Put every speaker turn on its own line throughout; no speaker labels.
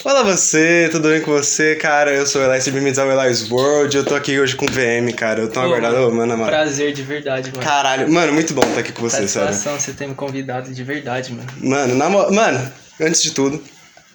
Fala você, tudo bem com você? Cara, eu sou o Elias, bem-vindos ao Elias World. Eu tô aqui hoje com o VM, cara. Eu tô
Pô,
aguardando, é Ô, mano, mano.
Prazer de verdade, mano.
Caralho, mano, muito bom estar aqui com você, é sério.
Satisfação você ter me convidado de verdade, mano.
Mano, na mo... mano, antes de tudo,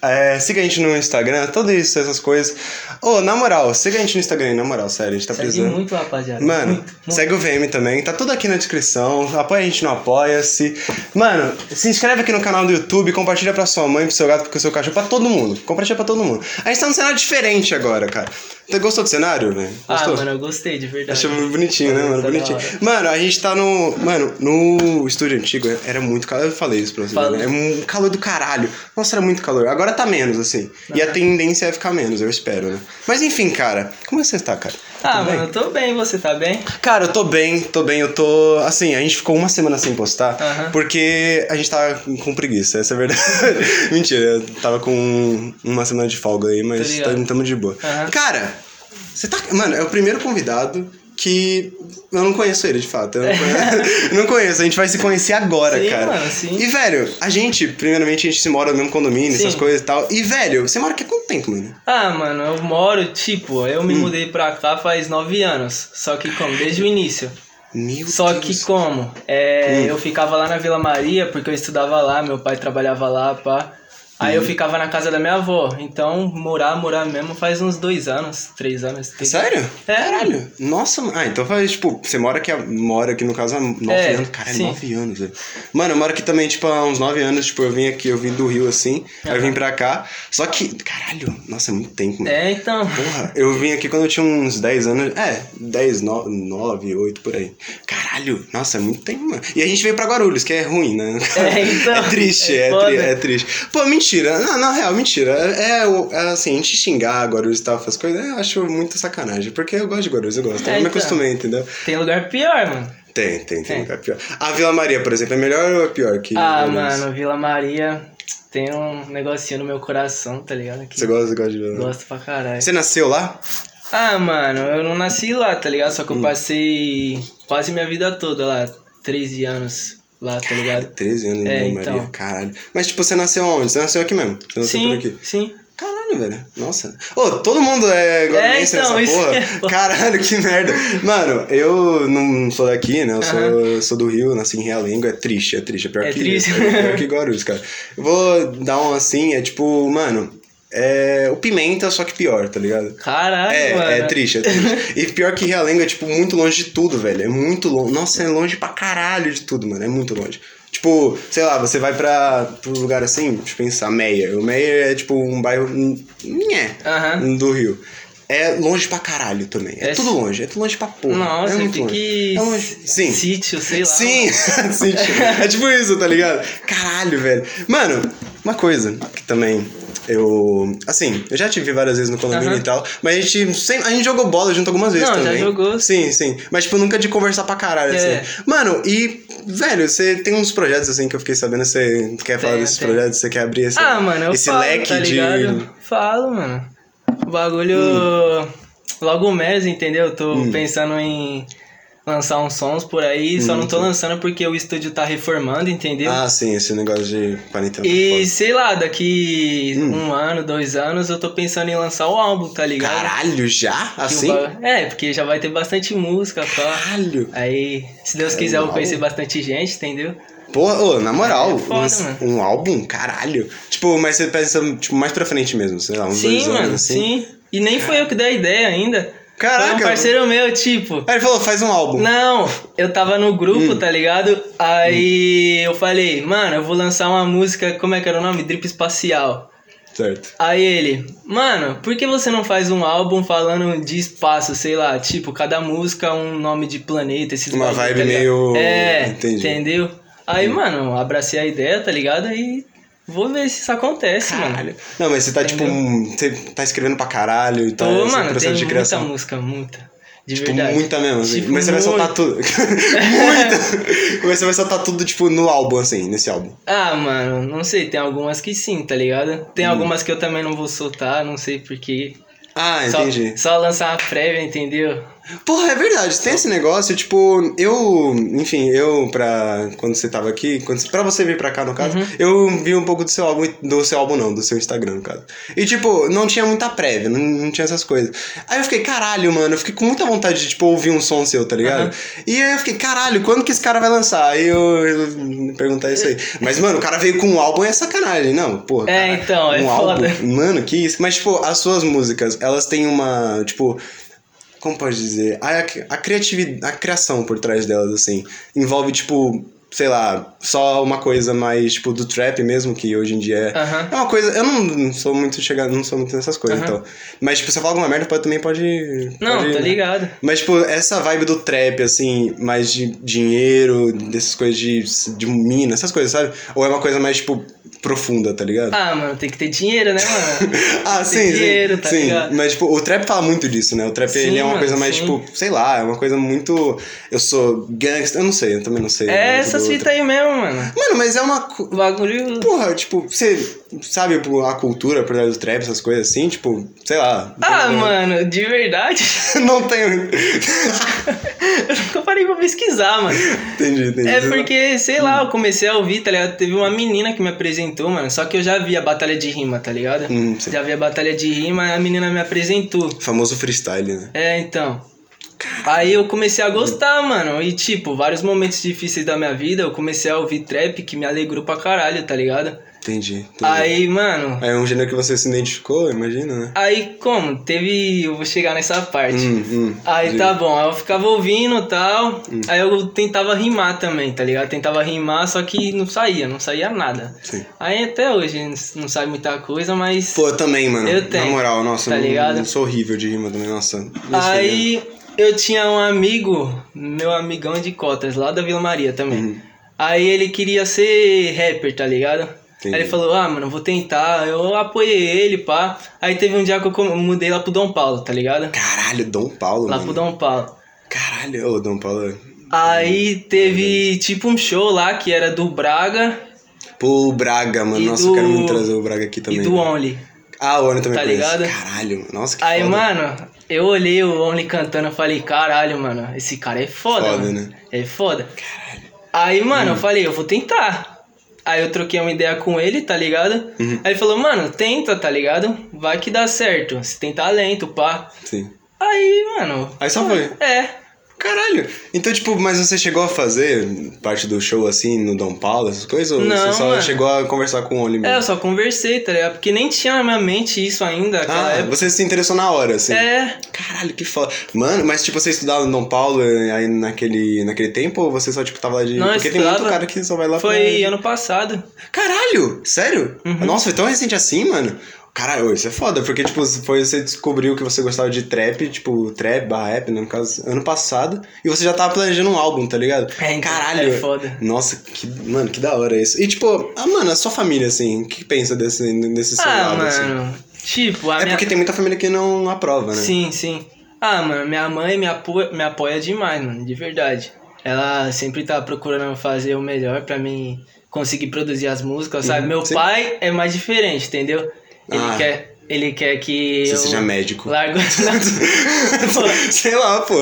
é, siga a gente no Instagram, tudo isso, essas coisas. Ô, na moral, siga a gente no Instagram, na moral, sério, a gente tá
Segue
precisando.
muito, rapaziada.
Mano,
muito, muito.
segue o VM também, tá tudo aqui na descrição. Apoia a gente no Apoia-se. Mano, se inscreve aqui no canal do YouTube, compartilha pra sua mãe, pro seu gato, pro seu cachorro, pra todo mundo. Compartilha pra todo mundo. A gente tá num cenário diferente agora, cara. Você gostou do cenário, velho?
Ah,
Gostou?
mano, eu gostei de verdade.
Achei muito bonitinho, né, mano?
Tá da
Bonitinho.
hora.
Mano, a gente tá no. Mano, no estúdio antigo era muito calor. Eu falei isso pra vocês,
Falou.
né? É um calor do caralho. Nossa, era muito calor. Agora tá menos, assim. E a tendência é ficar menos, eu espero, né? Mas enfim, cara, como é que você tá, cara?
Ah,
Tudo bem?
mano, eu tô bem, você tá bem?
Cara, eu tô bem, tô bem, eu tô. Assim, a gente ficou uma semana sem postar
Aham.
porque a gente tava com- com preguiça, essa é a verdade. Mentira, eu tava com uma semana de folga aí,
Tô
mas
Tá ligado.
tamo tamo de boa.
Aham.
Cara, você tá. Mano, é o primeiro convidado que. Eu não conheço ele, de fato. Eu não conheço, eu não conheço, a gente vai se conhecer agora,
Sim,
cara.
mano, sim.
E, velho, a gente, primeiramente, a gente se mora no mesmo condomínio,
Sim.
essas coisas e tal. E, velho, você mora aqui há quanto tempo, mano?
Ah, mano, eu moro, tipo, eu
Hum.
me mudei pra cá faz nove anos. Só que como? Desde o início.
Meu
Só
Deus. Hum.
que como? É, Eu ficava lá na Vila Maria porque eu estudava lá, meu pai trabalhava lá, pá. Aí eu
Uhum.
ficava na casa da minha avó. Então, morar, morar mesmo faz uns dois anos, três anos. tem-
Sério?
É.
Caralho. Nossa, mano. Ah, então faz, tipo, você mora aqui, há- mora aqui no caso há nove
É,
anos. Caralho,
sim.
nove anos, velho. Mano, eu moro aqui também, tipo, há uns nove anos. Tipo, eu vim aqui, eu vim do Rio, assim. Aí eu vim pra cá. Só que, caralho, nossa, é muito tempo, mano.
É, então.
Porra, eu vim aqui quando eu tinha uns 10 anos. É, 10, 9, 9, 8 por aí. Caralho, nossa, é muito tempo, mano. E a gente veio pra Guarulhos, que é ruim, né?
É, então,
É triste,
é
é,
foda.
tri- é triste. Pô, mentira. Não, na real, mentira. É, é o- é assim, a gente xingar Guarulhos e tal, essas coisas, eu acho muito sacanagem. Porque eu gosto de Guarulhos, eu gosto.
É,
eu me
então.
acostumei, entendeu?
Tem lugar pior, mano.
Tem, tem, tem
É.
lugar pior. A Vila Maria, por exemplo, é melhor ou é pior que
ah,
Guarulhos?
mano, Vila Maria tem um negocinho no meu coração, tá ligado? Que
Você gosta, você gosta de Vila Maria?
gosto pra caralho.
Você nasceu lá?
Ah, mano, eu não nasci lá, tá ligado? Só
Hum.
que eu passei quase minha vida toda lá, 13 anos lá, tá ligado?
13 anos,
É,
Vila
então.
Maria, caralho. Mas, tipo, você nasceu onde? Você nasceu aqui mesmo? Então Você nasceu por aqui?
Sim, sim.
Caralho, velho. Nossa. Ô, todo mundo é guarulhense
É, então,
nessa
isso
porra.
que é foda.
Caralho, que merda. Mano, eu não sou daqui, né? Eu sou,
Aham.
eu sou do Rio, nasci em Realengo. É triste, é triste. É pior
É
que
triste.
É pior que Guarulhos, cara. Eu Vou dar um assim, é tipo, mano, é o pimenta, só que pior, tá ligado?
Caralho,
É,
mano.
é triste, é triste. e pior que Realengo é, tipo, muito longe de tudo, velho. É muito longe. Nossa, é longe pra caralho de tudo, mano. É muito longe. Tipo, sei lá, você vai pra, pra um lugar assim, deixa eu pensar, Meia. O Meia é, tipo, um bairro... Nhé
Aham.
do Rio. É longe pra caralho também. É,
É
tudo
sim.
longe. É tudo longe pra porra.
Nossa,
é muito
que,
longe.
que
É longe. Sim.
sítio, sei lá.
Sim, sim, tipo, é tipo isso, tá ligado? Caralho, velho. Mano, uma coisa que também eu. Assim, eu já tive várias vezes no condomínio
Aham.
e tal, mas a gente, sempre, a gente jogou bola junto algumas vezes
Não, já
também.
jogou.
Sim, sim. Mas, tipo, nunca de conversar pra caralho,
É.
assim. Mano, e, velho, você tem uns projetos assim que eu fiquei sabendo, você quer falar
Tenho,
desses
tenho.
projetos, você quer abrir esse,
Ah, mano, eu
esse
falo,
leque
tá
de.
ligado? Falo, mano. O bagulho...
Hum.
Logo mês, entendeu? Eu Tô pensando em lançar uns sons por aí, só não tô lançando porque o estúdio tá reformando, entendeu?
Hum. Ah, tá sim, esse negócio de é quarentena.
E sei lá, daqui
Hum.
um ano, dois anos, eu tô pensando em lançar o álbum, tá ligado?
Caralho, já?
Que o
Assim?
ba- É, porque já vai ter bastante música, pá.
Caralho.
Aí, se Deus quiser, eu vou
Caralho.
conhecer bastante gente, entendeu?
Porra, ô, na moral,
É foda,
uns-
mano.
um, álbum? Caralho. Tipo, mas você pensa tipo, mais pra frente mesmo, sei lá, uns dois
Sim,
anos
mano,
assim.
sim. E nem foi eu que dei a ideia ainda.
Caraca,
Foi um parceiro meu, tipo.
Aí ele falou, faz um álbum.
Não, eu tava no
Hum.
grupo, tá ligado? Aí eu falei, mano, eu vou lançar uma música, como é que era o nome? Drip Espacial.
Certo.
Aí ele, mano, por que você não faz um álbum falando de espaço, sei lá, tipo, cada música um nome de planeta, esses
Uma
bagulho, tá
vibe
ligado?
meio-
É,
Entendi. Hum.
entendeu? Aí, mano, eu abracei a ideia, tá ligado? Aí vou ver se isso acontece, mano.
Caralho. Não, mas você tá,
Entendeu?
tipo, um- você tá escrevendo pra caralho e
Tô,
tal, esse
mano, tem
processo de
muita
criação.
música, muita. De
Tipo,
verdade.
muita mesmo, assim.
Tipo,
mas você vai soltar
muito.
tudo. muita! Mas você vai soltar tudo, tipo, no álbum, assim, nesse álbum.
Ah,
Hum.
mano, não sei, tem algumas que sim, tá ligado? Tem algumas que eu também não vou soltar, não sei porquê.
Ah,
Só-
entendi.
Só, lançar uma prévia, entendeu?
Porra, é verdade, tem esse negócio, tipo, eu, enfim, eu, pra. Quando você tava aqui, quando, você- pra você vir pra cá, no caso, eu vi um pouco do seu álbum, do seu álbum não, do seu Instagram, no caso. E, tipo, não tinha muita prévia, não, não tinha essas coisas. Aí eu fiquei, caralho, mano, eu fiquei com muita vontade de, tipo, ouvir um som seu, tá ligado? E aí eu fiquei, caralho, quando que esse cara vai lançar? Aí eu, eu perguntar isso aí. Mas, mano, o cara veio com um álbum é sacanagem, não, porra.
É,
cara,
então, é
um
foda.
álbum. Mano, que isso. Mas, tipo, as suas músicas, elas têm uma, tipo como pode dizer, a, a criatividade, a criação por trás delas, assim, envolve, tipo, sei lá, só uma coisa mais, tipo, do trap mesmo, que hoje em dia é.
Aham.
É uma coisa, eu não, não sou muito chegado, não sou muito nessas coisas,
Aham.
então. Mas, tipo, se eu falar alguma merda, pode, também pode.
Não,
pode,
tá
né?
ligado.
Mas, tipo, essa vibe do trap, assim, mais de dinheiro, dessas coisas de, de mina, essas coisas, sabe? Ou é uma coisa mais, tipo, profunda, tá ligado?
Ah, mano, tem que ter dinheiro, né, mano?
Ah, sim,
Tem dinheiro,
sim,
tá
sim.
ligado?
Mas, tipo, o trap fala muito disso, né? O trap,
Sim,
ele é uma
mano,
coisa mais,
sim.
tipo, sei lá, é uma coisa muito... Eu sou gangster, eu não sei, eu também não sei.
É
muito
essas
do
fitas aí mesmo, mano.
trap. Mano, mas é uma... co-
O bagulho.
Porra, tipo, você sabe pô, a cultura por trás do trap, essas coisas assim, tipo, sei lá.
Ah,
Eu-
mano, de verdade.
não um, tenho...
Eu nunca parei pra pesquisar, mano.
entendi, entendi. Hum.
É porque, sei lá, eu comecei a ouvir, tá ligado? Teve uma menina que me apresentou, mano. Só que eu já vi a batalha de rima, tá ligado?
Hum, sim.
Já vi a batalha de rima, a menina me apresentou.
Famoso freestyle, né?
É, então. Aí eu comecei a gostar, mano. E, tipo, vários momentos difíceis da minha vida, eu comecei a ouvir trap que me alegrou pra caralho, tá ligado?
Entendi, entendi.
Aí, mano.
Aí é um gênero que você se identificou, imagina, né?
Aí, como? Teve. Eu vou chegar nessa parte.
Hum, hum.
Aí
diga. Hum.
tá bom, aí eu ficava ouvindo e tal. Aí eu tentava rimar também, tá ligado? Tentava rimar, só que não saía, não saía nada.
Sim.
Aí até hoje não não sai muita coisa, mas.
Pô, eu também, mano.
Eu tenho,
Na moral, nossa,
tá
eu não-
ligado?
não sou horrível de rima também, nossa. não sei, né?
Aí eu tinha um amigo, meu amigão de cotas, lá da Vila Maria também.
Uhum.
Aí ele queria ser rapper, tá ligado?
Entendi.
Aí ele falou, ah, mano, vou tentar. Eu apoiei ele, pá. Aí teve um dia que eu com- mudei lá pro Dom Paulo, tá ligado?
Caralho, Dom Paulo,
Lá
mano.
pro Dom Paulo.
Caralho, ô, Dom Paulo. Uhum.
Aí teve tipo um show lá que era do Braga
Pô, o Braga, mano.
E
nossa, eu
do-
quero muito trazer o Braga aqui também. tá.
e do Only.
Ah, o Oni também
Tá
conheço.
ligado?
Caralho, mano. Nossa, que
Aí,
foda.
mano, eu olhei o Only cantando e falei, caralho, mano, esse cara é foda,
Foda,
mano.
né?
É foda. Aí, mano,
Hum.
eu falei, eu vou tentar. Aí eu troquei uma ideia com ele, tá ligado?
Uhum.
Aí ele falou, mano, tenta, tá ligado? Vai que dá certo. Você tem talento, pá.
Sim.
Aí, mano.
Aí só foi.
É.
Caralho. Então, tipo, mas você chegou a fazer parte do show, assim, no Dom Paulo, essas coisas? Ou
Não,
você só
mano.
chegou a conversar com o Oni
É, eu
mesmo?
só conversei, tá ligado? Porque nem tinha na minha mente isso ainda. aquela
Ah,
época.
você se interessou na hora, assim.
É.
Caralho, que foda. Mano, mas tipo, você estudava no Dom Paulo eh, aí naquele, naquele tempo ou você só tipo tava lá de.
Não, eu
Porque tem muito
estudava.
cara que só vai lá
Foi
pra.
ano Uhum. passado.
Caralho! Sério? Nossa, foi tão recente assim, mano? Caralho, isso é foda, porque tipo, foi você descobriu que você gostava de trap, tipo, trap barra rap, né, no caso, ano passado, e você já tava planejando um álbum, tá ligado?
É, então,
Caralho.
é foda.
Nossa, que, mano, que da hora isso. E tipo, ah, mano, a sua família, assim, o que que pensa desse, desse seu
Ah,
lado, assim?
mano. Tipo, a
É
minha.
porque tem muita família que não aprova, né?
Sim, sim. Ah, mano, minha mãe me apoia, me apoia demais, mano, de verdade. Ela sempre tá procurando fazer o melhor pra mim conseguir produzir as músicas, sabe? Meu
Uhum, sim.
pai é mais diferente, entendeu? Ele
Ah.
quer. Ele quer que.
Você
eu
seja médico.
Largo. Pô,
Sei lá, pô.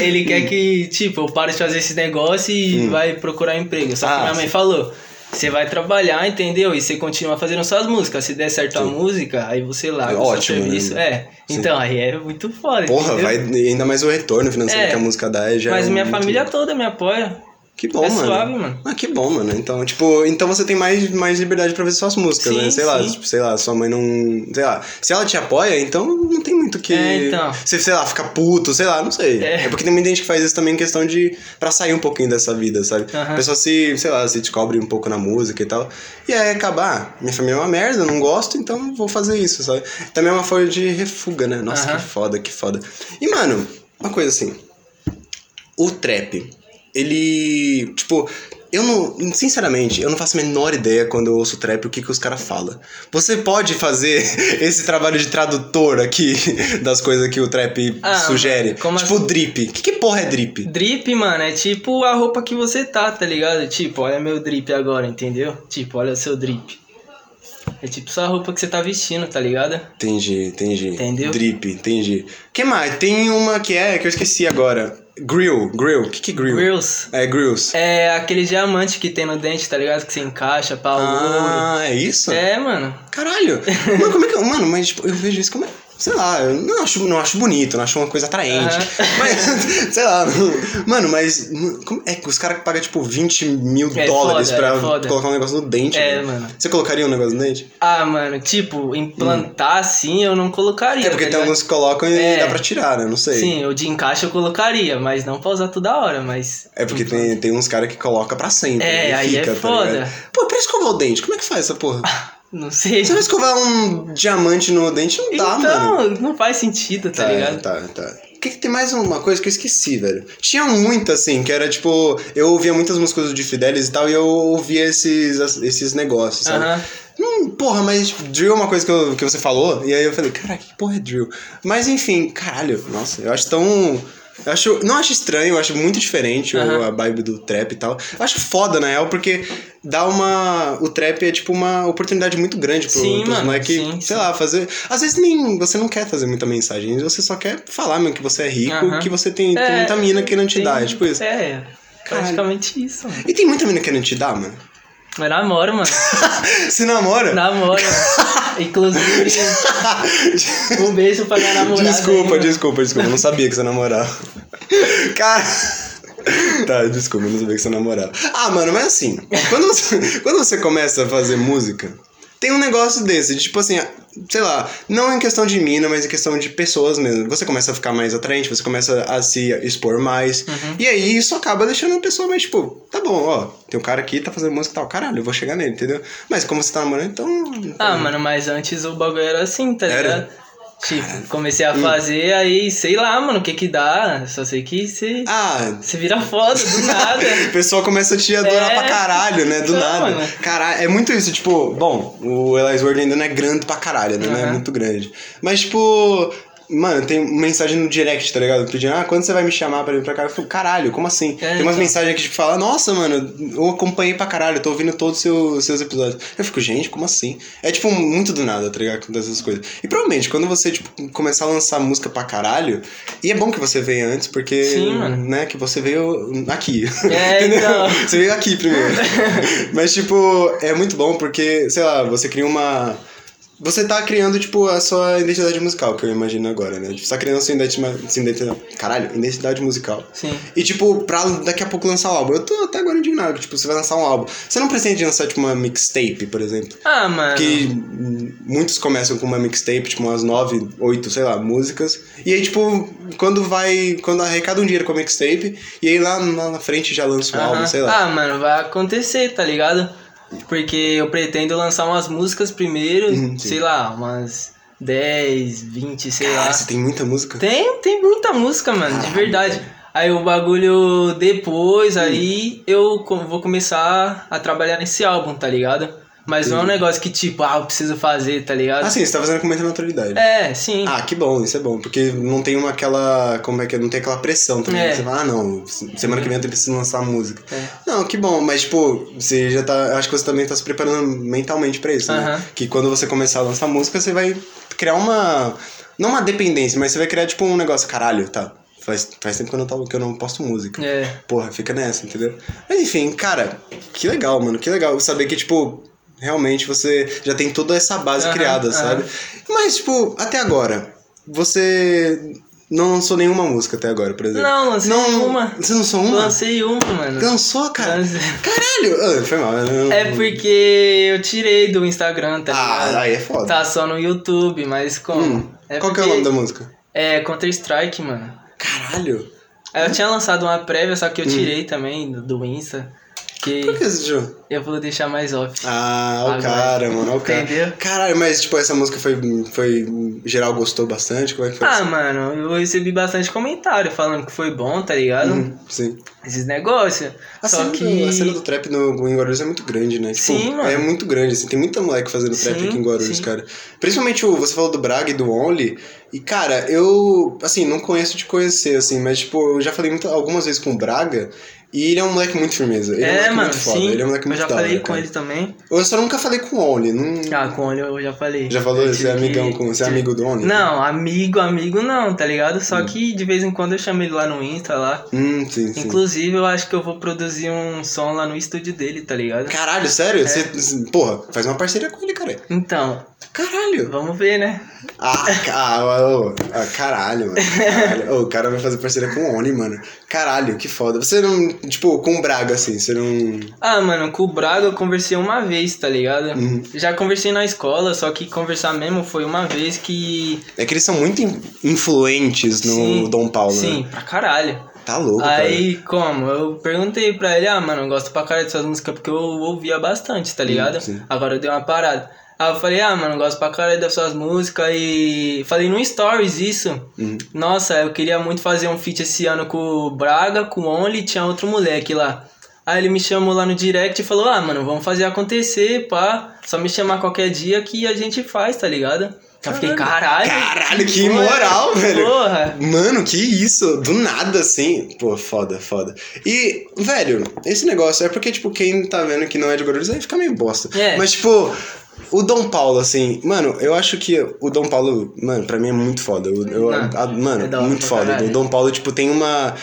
ele quer que, tipo, eu pare de fazer esse negócio e vai procurar emprego. Só
Hum. Ah,
que minha mãe falou. Você vai trabalhar, entendeu? E você continua fazendo suas músicas. Se der certo a música, aí você larga
É
o seu
ótimo, né?
serviço. É.
Sim.
Então, aí é muito foda.
Porra,
entendeu?
vai ainda mais o retorno financeiro
É,
que a música dá. Já
Mas
é
minha
muito-
família toda me apoia.
Que bom,
é
mano.
suave, mano.
Ah, que bom, mano. Então, tipo, então você tem mais, mais liberdade pra fazer suas músicas,
Sim,
né? Sei lá,
sim.
tipo, sei lá, sua mãe não. Sei lá. Se ela te apoia, então não tem muito o que.
É, então.
Você, sei lá, fica puto, sei lá, não sei.
É.
porque tem muita gente que faz isso também em questão de. pra sair um pouquinho dessa vida, sabe?
Aham.
A pessoa se, sei lá, se descobre um pouco na música e tal. E aí acabar, minha família é uma merda, eu não gosto, então vou fazer isso, sabe? Também é uma forma de refuga, né? Nossa,
Aham.
que foda, que foda. E, mano, uma coisa assim o trap, ele. Tipo, eu não. Sinceramente, eu não faço a menor ideia quando eu ouço trap o que, que os caras falam. Você pode fazer esse trabalho de tradutor aqui das coisas que o trap
Ah,
sugere?
como
tipo,
assim?
drip. Que, que porra é drip?
Drip, mano, é tipo a roupa que você tá, tá ligado? Tipo, olha meu drip agora, entendeu? Tipo, olha o seu drip. É tipo só a roupa que você tá vestindo, tá ligado?
Entendi, entendi.
Entendeu?
Drip, entendi. que mais? Tem uma que é, que eu esqueci agora. Grill, grill. O que que é grill?
Grills.
É grills.
É aquele diamante que tem no dente, tá ligado? Que você encaixa, pau.
ah, é isso?
É, mano.
Caralho. Mas como é que... eu- Mano, mas tipo, eu vejo isso como... é- Sei lá, eu não acho, não acho bonito, não acho uma coisa atraente.
Aham.
Mas, sei lá. não- Mano, mas... mano, Como é que os caras pagam, tipo, 20 mil
É
dólares
foda,
pra
é foda.
colocar um negócio no dente?
É,
velho?
mano.
Você colocaria um negócio no dente?
Ah, mano, tipo, implantar assim eu não colocaria.
É porque
tá
tem
ligado?
alguns que colocam e
É.
dá pra tirar, né? Não sei.
Sim, o de encaixe eu colocaria, mas não pra usar toda hora, mas. Uhum.
É porque tem, tem uns caras que coloca pra sempre.
É,
e
aí
fica, tá
é foda.
ligado? Pô, pra escovar o dente, como é que faz essa porra?
Não sei.
Você vai escovar um diamante no dente? Não dá,
então,
mano.
não faz sentido, tá, ligado?
Tá, tá. Que, que tem mais uma coisa que eu esqueci, velho. Tinha muito, assim, que era tipo. Eu ouvia muitas músicas de Fidelis e tal, e eu ouvia esses, esses negócios, sabe?
Aham.
Hum, porra, mas tipo, drill é uma coisa que, eu- que você falou, e aí eu falei, cara, que porra é drill? Mas enfim, caralho, nossa, eu acho tão. Eu acho, não acho estranho, eu acho muito diferente o-
Aham.
a vibe do trap e tal. Eu acho foda, na real, porque dá uma. O trap é tipo uma oportunidade muito grande pro,
Sim,
pros
mano,
moleque,
sim,
sei
sim.
lá, fazer. Às vezes nem você não quer fazer muita mensagem, você só quer falar mesmo que você é rico,
Aham.
que você tem, tem
É,
muita mina que não te
tem-
dá. É tipo isso.
É, praticamente isso, mano.
E tem muita mina que não te dá, mano.
Eu namoro, mano.
Se namora.
namoro. Inclusive, um beijo pra minha namorada.
Desculpa,
aí, né? mano.
desculpa, desculpa. Eu não sabia que você namorava. Cara. Tá, desculpa, eu não sabia que você namorava. Ah, mano, mas assim, quando você, quando você começa a fazer música, tem um negócio desse, de, tipo assim, sei lá, não em questão de mina, mas em questão de pessoas mesmo. Você começa a ficar mais atraente, você começa a se expor mais. E aí isso acaba deixando a pessoa mais, tipo, tá bom, ó, tem um cara aqui, tá fazendo música e tal, caralho, eu vou chegar nele, entendeu? Mas como você tá namorando, então.
Ah, mano, mas antes o bagulho era assim, tá
Era? Hum.
ligado? Tipo, comecei a fazer, aí sei lá, mano, o que que dá. Só sei que você,
Ah,
você vira foda do nada.
O pessoal começa a te adorar
É.
pra caralho, né? Do
Não,
nada.
mano.
Caralho, é muito isso, tipo, bom, o Elias Word ainda não é grande pra caralho, né? Não é
Aham.
muito grande. Mas, tipo. Mano, tem mensagem no direct, tá ligado? Pedindo, ah, quando você vai me chamar pra ir pra cá? Eu falo, caralho, como assim? tem
É,
umas
então.
mensagens aqui, tipo, fala, nossa, mano, eu acompanhei pra caralho, eu tô ouvindo todos os seus, seus episódios. Eu fico, gente, como assim? É, tipo, muito do nada, tá ligado? Com essas coisas. E provavelmente, quando você, tipo, começar a lançar música pra caralho, e é bom que você venha antes, porque,
Sim, mano.
né, que você veio aqui.
É,
Entendeu?
então.
Você veio aqui primeiro. Mas, tipo, é muito bom porque, sei lá, você cria uma. Você tá criando, tipo, a sua identidade musical, que eu imagino agora, né? Tipo, Você tá criando a sua identidade. Caralho, identidade musical.
Sim.
E, tipo, pra daqui a pouco lançar um álbum. Eu tô até agora indignado, que, tipo, você vai lançar um álbum. Você não pretende lançar, tipo, uma mixtape, por exemplo.
Ah, mano.
Que hum, muitos começam com uma mixtape, tipo umas nove, oito, sei lá, músicas. E aí, tipo, quando vai. Quando arrecada um dinheiro com a mixtape, e aí lá na na frente já lança um
Aham.
álbum, sei lá.
Ah, mano, vai acontecer, tá ligado? Porque eu pretendo lançar umas músicas primeiro,
Uhum, sim.
sei lá, umas 10, 20, sei lá.
Caralho, você tem muita música?
Tem, tem muita música, mano, de
Caralho,
verdade. Aí o bagulho depois, aí eu co- vou começar a trabalhar nesse álbum, tá ligado? Mas não é um negócio que tipo, ah, eu preciso fazer, tá ligado?
Ah, sim, você tá fazendo com muita naturalidade.
É, sim.
Ah, que bom, isso é bom, porque não tem uma aquela. Como é que é? Não tem aquela pressão também.
É.
que Você fala, ah, não, semana que vem eu preciso lançar a música.
É.
Não, que bom, mas tipo, você já tá. Acho que você também tá se preparando mentalmente pra isso, né?
Aham.
Que quando você começar a lançar música, você vai criar uma. Não uma dependência, mas você vai criar tipo um negócio, caralho, tá. Faz, faz tempo que eu, não tava, que eu não posto música.
É.
Porra, fica nessa, entendeu? Mas enfim, cara, que legal, mano. Que legal saber que, tipo, realmente você já tem toda essa base
Aham,
criada,
aham.
sabe? Mas, tipo, até agora, você não lançou nenhuma música até agora, por exemplo.
Não, lancei uma.
Você não sou uma?
Lancei uma, mano.
Lançou, cara?
Lancei-
Caralho! Ah, foi mal. eu não-
É porque eu tirei do Instagram, tá ligado?
Ah, aí é foda.
Tá só no YouTube, mas como?
Hum,
É
Qual que é o
porque-
nome da música?
É Counter-Strike, mano.
Caralho!
Aí Eu tinha lançado uma prévia, só que
Hum.
eu tirei também do, do Insta.
Por
Que
que você tirou?
eu vou deixar mais off.
Ah, o
Agora.
cara, mano, o cara.
Entendeu?
Caralho, mas tipo, essa música foi. foi geral gostou bastante? Como é que foi?
Ah, mano, eu recebi bastante comentário falando que foi bom, tá ligado?
Uhum, sim.
Esses negócios.
A
só
cena,
que.
do, a cena do trap no, em Guarulhos é muito grande, né? Tipo,
Sim, mano.
É muito grande, assim. Tem muita moleque fazendo trap
Sim,
aqui em Guarulhos,
sim.
cara. Principalmente o, você falou do Braga e do Only. E, cara, eu, assim, não conheço de conhecer, assim, mas, tipo, eu já falei muito, algumas vezes com o Braga. E ele é um moleque muito firmeza. Ele é, um
é,
moleque
mano,
muito foda.
sim.
Ele é um moleque
eu
muito
já
da
falei
hora,
com
cara.
ele também.
Eu só nunca falei com o Only. Não...
Ah, com ele eu já falei.
Já falou?
Eu
Você é
tive que-
amigão com. Hum. Você é
tive-
amigo do Only?
Não, amigo, amigo não, tá ligado? Só que de vez em quando eu chamo ele lá no Insta lá.
Hum, sim, sim.
Inclusive, eu acho que eu vou produzir um som lá no estúdio dele, tá ligado?
Caralho, sério? Você, porra, faz uma parceria com ele, cara.
Então,
Caralho.
vamos ver, né?
Ah, ca- ô, ah, caralho, mano. Caralho. Ô, o cara vai fazer parceria com o Oni, mano. Caralho, que foda. Você não. Tipo, com o Braga, assim, você não.
Ah, mano, com o Braga eu conversei uma vez, tá ligado?
Uhum.
Já conversei na escola, só que conversar mesmo foi uma vez que.
É que eles são muito in- influentes no
Sim,
Dom Paulo,
Sim,
né?
pra caralho.
Tá louco,
Aí, como? Eu perguntei pra ele, ah, mano, eu gosto pra caralho dessas músicas porque eu ouvia bastante, tá ligado?
Sim, sim.
Agora eu dei uma parada. Aí eu falei, ah, mano, eu gosto pra caralho das suas músicas e. Falei no Stories isso.
cara. Hum.
Nossa, eu queria muito fazer um feat esse ano com o Braga, com o Only, e tinha outro moleque lá. Aí ele me chamou lá no direct e falou: Ah, mano, vamos fazer acontecer, pá. Só me chamar qualquer dia que a gente faz, tá ligado? Eu fiquei, caralho.
Caralho, que
porra,
moral, velho.
Porra.
Mano, que isso? Do nada, assim. Pô, foda, foda. E, velho, esse negócio é porque, tipo, quem tá vendo que não é de Guarulhos aí fica meio bosta.
É.
Mas, tipo, o Dom Paulo, assim, mano, eu acho que o Dom Paulo, mano, pra mim é muito foda. Eu, eu-
Ah,
a- mano,
é da hora
muito
pra
foda.
caralho.
O Dom Paulo, tipo, tem uma.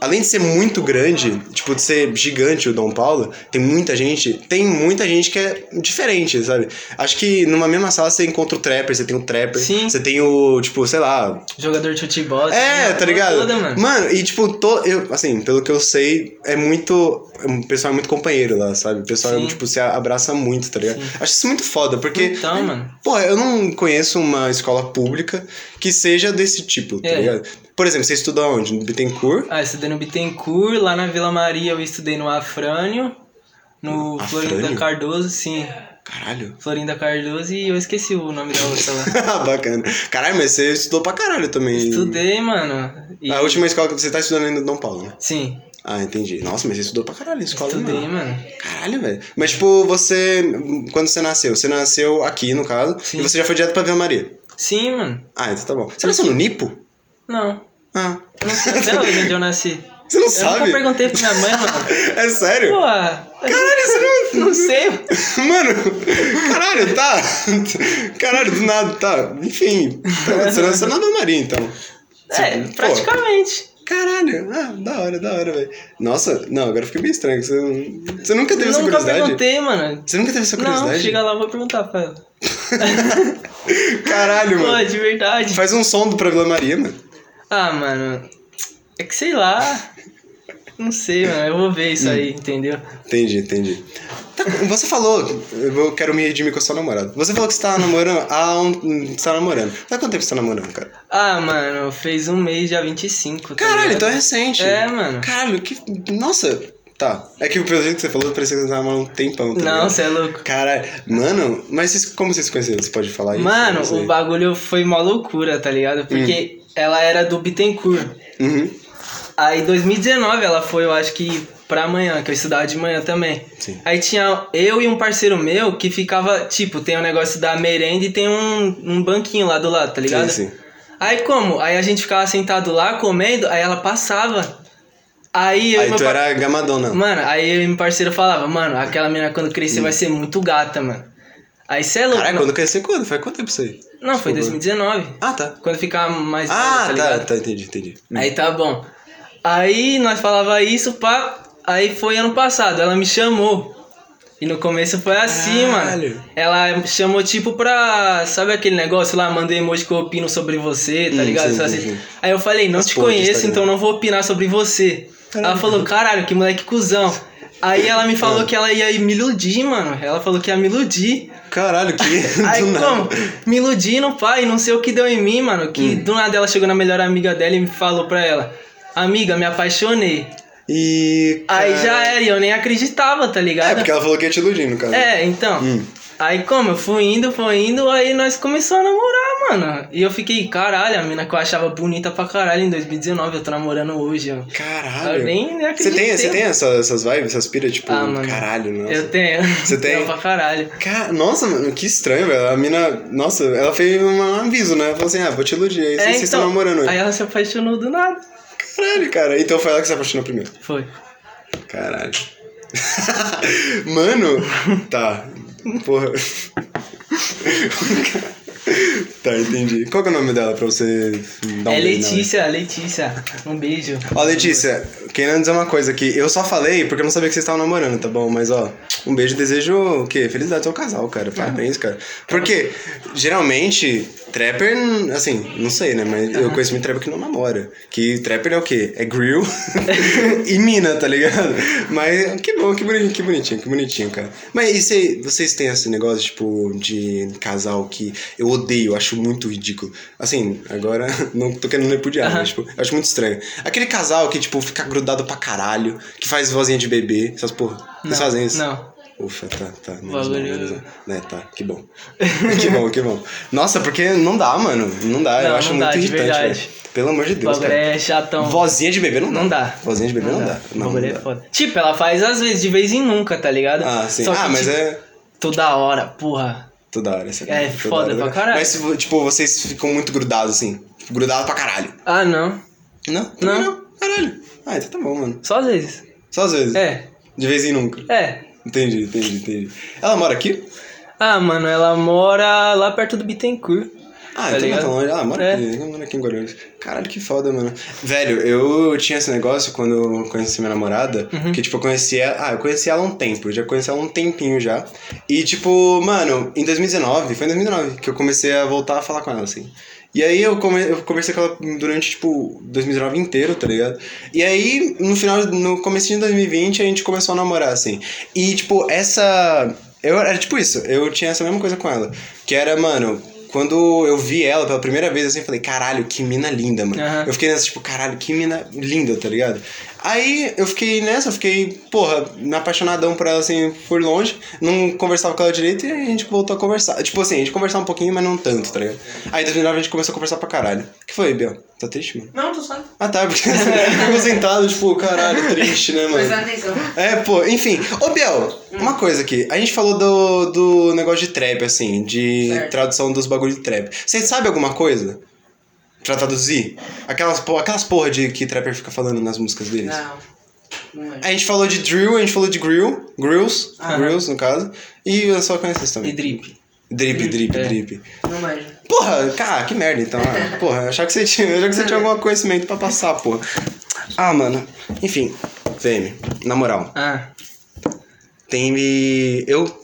Além de ser muito grande, tipo, de ser gigante o Dom Paulo, tem muita gente, tem muita gente que é diferente, sabe? Acho que numa mesma sala você encontra o Trapper, você tem o Trapper,
Sim.
você tem o, tipo, sei lá,
Jogador de futebol.
é,
assim,
tá ligado?
toda,
mano.
mano.
e tipo, to, eu, assim, pelo que eu sei, é muito. O pessoal é muito companheiro lá, sabe? O pessoal,
Sim.
tipo, se a- abraça muito, tá ligado? Acho isso muito foda, porque.
Então, mano.
Pô, eu não conheço uma escola pública que seja desse tipo, tá
É.
ligado? Por exemplo, você estuda onde? No Bittencourt?
Ah, eu estudei no Bittencourt, lá na Vila Maria eu estudei no Afrânio, no
Afrânio?
Florinda Cardoso, sim.
Caralho.
Florinda Cardoso e eu esqueci o nome da outra lá.
Bacana. Caralho, mas você estudou pra caralho também.
Estudei, mano. E-
A última escola que você tá estudando ainda é Dom Paulo, né?
Sim,
Ah, entendi. Nossa, mas você estudou pra caralho em escola,
estudei,
mano.
mano.
Caralho, velho. Mas, tipo, você. Quando você nasceu? Você nasceu aqui, no caso,
Sim.
e você já foi direto pra Vila Maria.
Sim, mano.
Ah, então tá bom. Você nasceu no Nipo?
Não.
Ah.
Eu não sei até hoje onde eu nasci.
Você não
Eu nunca
sabe?
perguntei pra minha mãe, mano.
É sério?
Pô,
Caralho, você
não sei.
não. Mano, caralho, tá. Caralho, do nada, tá. Enfim, tá, você nasceu na Vila Maria, então.
É,
Pô,
praticamente.
Caralho, ah, da hora, da hora, velho. Nossa, não, agora eu fiquei meio estranho. que Você, não- você nunca teve essa
Nunca
curiosidade?
perguntei, mano.
Você nunca teve essa
Não,
curiosidade?
chega lá, eu vou perguntar pra ela.
Caralho,
Pô,
mano.
de verdade.
Faz um som do pra Vila Maria, mano.
Ah, mano. É que sei lá. Não sei, mano. Eu vou ver
Hum.
isso aí, entendeu?
Entendi, entendi. Tá, você falou, eu vou- quero me redimir com a sua namorada. Você falou que você tá namorando há um. Você tá namorando. Há quanto tempo você tá namorando, cara?
Ah, mano, fez um mês já 25. Tá
Caralho,
ligado?
então é recente.
É, mano.
Caralho, que. Nossa. Tá. É que pelo jeito que você falou, parecia que você tava namorando um tempão. Tá
Não,
ligado?
você é louco.
Caralho. Mano, mas vocês- como vocês se conheceram? Você pode falar É isso? Hum.
Mano,
Não sei.
o bagulho foi uma loucura, tá ligado? Porque ela era do Bittencourt. Tá
Uhum.
Aí em 2019 ela foi, eu acho que pra manhã, que eu estudava de manhã também.
Sim.
Aí tinha eu e um parceiro meu que ficava, tipo, tem o negócio da merenda e tem um, um banquinho lá do lado, tá ligado?
Sim, sim.
Aí como? Aí a gente ficava sentado lá comendo, aí ela passava. Aí eu e
Aí
meu
tu
par-
era Hum. gamadona.
Mano, aí eu e meu parceiro falava, mano, aquela menina quando crescer vai ser muito gata, mano. Aí cê é louco.
Caralho,
não,
quando cresceu quando? Faz quanto tempo isso aí?
não, foi
Desculpa.
2019.
Ah, tá.
Quando ficar mais
Ah,
velho, tá
tá,
ligado?
tá, entendi, entendi.
Aí tá bom. Aí nós falava isso, pá. Aí foi ano passado, ela me chamou. E no começo foi assim,
Caralho.
mano. Ela chamou tipo pra. Sabe aquele negócio lá? Mandei emoji que eu opino sobre você, tá
Hum,
ligado?
sim,
Só
sim,
assim.
sim.
Aí eu falei, não
As
te
porras do
conheço,
Instagram.
então não vou opinar sobre você.
Caralho. Ah.
Ela falou, caralho, que moleque cuzão. Aí ela me falou que ela ia me iludir, mano. Ela falou que ia me iludir.
Caralho, que.
Aí
do nada.
como? Me iludindo, pai, não sei o que deu em mim, mano. Que
Hum.
do nada ela chegou na melhor amiga dela e me falou pra ela: Amiga, me apaixonei.
E.
Aí já era, e eu nem acreditava, tá ligado?
É, porque ela falou que ia te iludir, no caso.
É, então.
Hum.
Aí como? Eu fui indo, fui indo, aí nós começamos a namorar, mano. E eu fiquei, caralho, a mina que eu achava bonita pra caralho em 2019, eu tô namorando hoje, ó.
Caralho.
Eu nem- nem
Você tem,
acreditei.
você tem essa- essas vibes, essas piras, tipo,
Ah, mano.
caralho, nossa.
Eu tenho.
Você tem?
Tenho pra caralho.
Ca- Nossa, mano, que estranho, velho. A mina, nossa, ela fez um aviso, né? Ela falou assim: ah, vou te iludir. Aí vocês estão namorando.
É, então, Aí
Aí...
ela se apaixonou do nada.
Caralho, cara. Então foi ela que se apaixonou primeiro.
Foi.
Caralho. Mano, tá. Porra. tá, entendi. Qual que é o nome dela pra você dar um
é
beijo nela?
Letícia, Letícia. Um beijo.
Ó, Letícia, querendo dizer uma coisa aqui. Eu só falei porque eu não sabia que vocês estavam namorando, tá bom? Mas, ó, um beijo e desejo o quê? Felicidade ao casal, cara. Parabéns, cara. Porque, geralmente, trapper, assim, não sei, né? Mas eu conheço muito trapper que não namora. Que trapper é o quê? É grill e mina, tá ligado? Mas, que bom, que bonitinho, que bonitinho, que bonitinho, cara. Mas e cê- vocês têm esse negócio, tipo, de casal que eu odeio, eu acho muito ridículo. Assim, agora não tô querendo repudiar, mas, tipo, eu acho muito estranho. Aquele casal que, tipo, fica grudado pra caralho, que faz vozinha de bebê, essas porra. Vocês
Não,
fazem isso?
não.
Ufa, tá, tá. menos mal,
Valeu.
menos mal. Né, tá, que bom. que bom, que bom. Nossa, porque não dá, mano. Não dá, eu
Não,
acho
não
muito
dá, de
irritante,
verdade.
velho. Pelo amor de
O
Deus,
bagulho
cara.
é chatão.
Vozinha de bebê não dá.
Não dá.
Vozinha de bebê não, dá.
O
Não,
bagulho
não
é
dá.
foda. Tipo, ela faz às vezes, de vez em nunca, tá ligado?
Ah, sim.
Só que,
ah, mas
tipo,
é
Toda hora, porra.
toda hora. Essa
É
toda
foda pra caralho.
Mas, tipo, tipo, vocês ficam muito grudados, assim. Tipo, Grudados pra caralho.
Ah, não.
Não? Também
Não.
Caralho. Ah, então tá bom, mano.
Só às vezes.
Só às vezes.
É,
De vez em nunca.
é.
Entendi, entendi, entendi. Ela mora aqui?
Ah, mano, ela mora lá perto do Bittencourt.
Ah,
Tá
então não é
ligado?
tão longe. Ah, mora
É.
aqui. Ela mora aqui em Guarulhos. Caralho, que foda, mano. Velho, eu tinha esse negócio quando eu conheci minha namorada,
Uhum.
que, tipo, eu conheci ela... Ah, eu conheci ela há um tempo. Eu já conheci ela há um tempinho já. E, tipo, mano, em 2019, foi em 2019 que eu comecei a voltar a falar com ela, assim. E aí eu, come, eu conversei com ela durante, tipo, 2019 inteiro, tá ligado? E aí, no final, no comecinho de 2020, a gente começou a namorar, assim. E, tipo, essa... Eu, era tipo isso, eu tinha essa mesma coisa com ela. Que era, mano, quando eu vi ela pela primeira vez, assim, eu falei, caralho, que mina linda, mano.
Aham.
Eu fiquei nessa, tipo, caralho, que mina linda, tá ligado? Aí eu fiquei nessa, eu fiquei, porra, me apaixonadão por ela, assim, por longe. Não conversava com ela direito e a gente voltou a conversar. Tipo assim, a gente conversava um pouquinho, mas não tanto, tá ligado? Aí em 2009 a gente começou a conversar pra caralho. O que foi, Biel? Tá triste, mano?
Não, tô só.
Ah, tá, porque eu ficou sentado, tipo, caralho, triste, né, mano?
Prestando atenção.
É, pô, enfim. Ô, Biel,
Hum.
uma coisa aqui. A gente falou do, do negócio de trap, assim, de
Certo.
tradução dos bagulhos de trap. Você sabe alguma coisa pra traduzir? Aquelas, po- aquelas porra de que trapper fica falando nas músicas deles.
Ah.
Não. Não é.
A gente falou de drill, a gente falou de grill, grills,
Ah.
grills no caso. E eu só conheço isso
E
também.
drip.
Drip, drip,
É.
drip.
Não manjo.
Porra, cara, que merda então. ah, porra, eu achava que você tinha, eu achava que você tinha algum conhecimento pra passar, porra. Ah, mano. Enfim, VM, na moral.
Ah,
Tem me. Eu.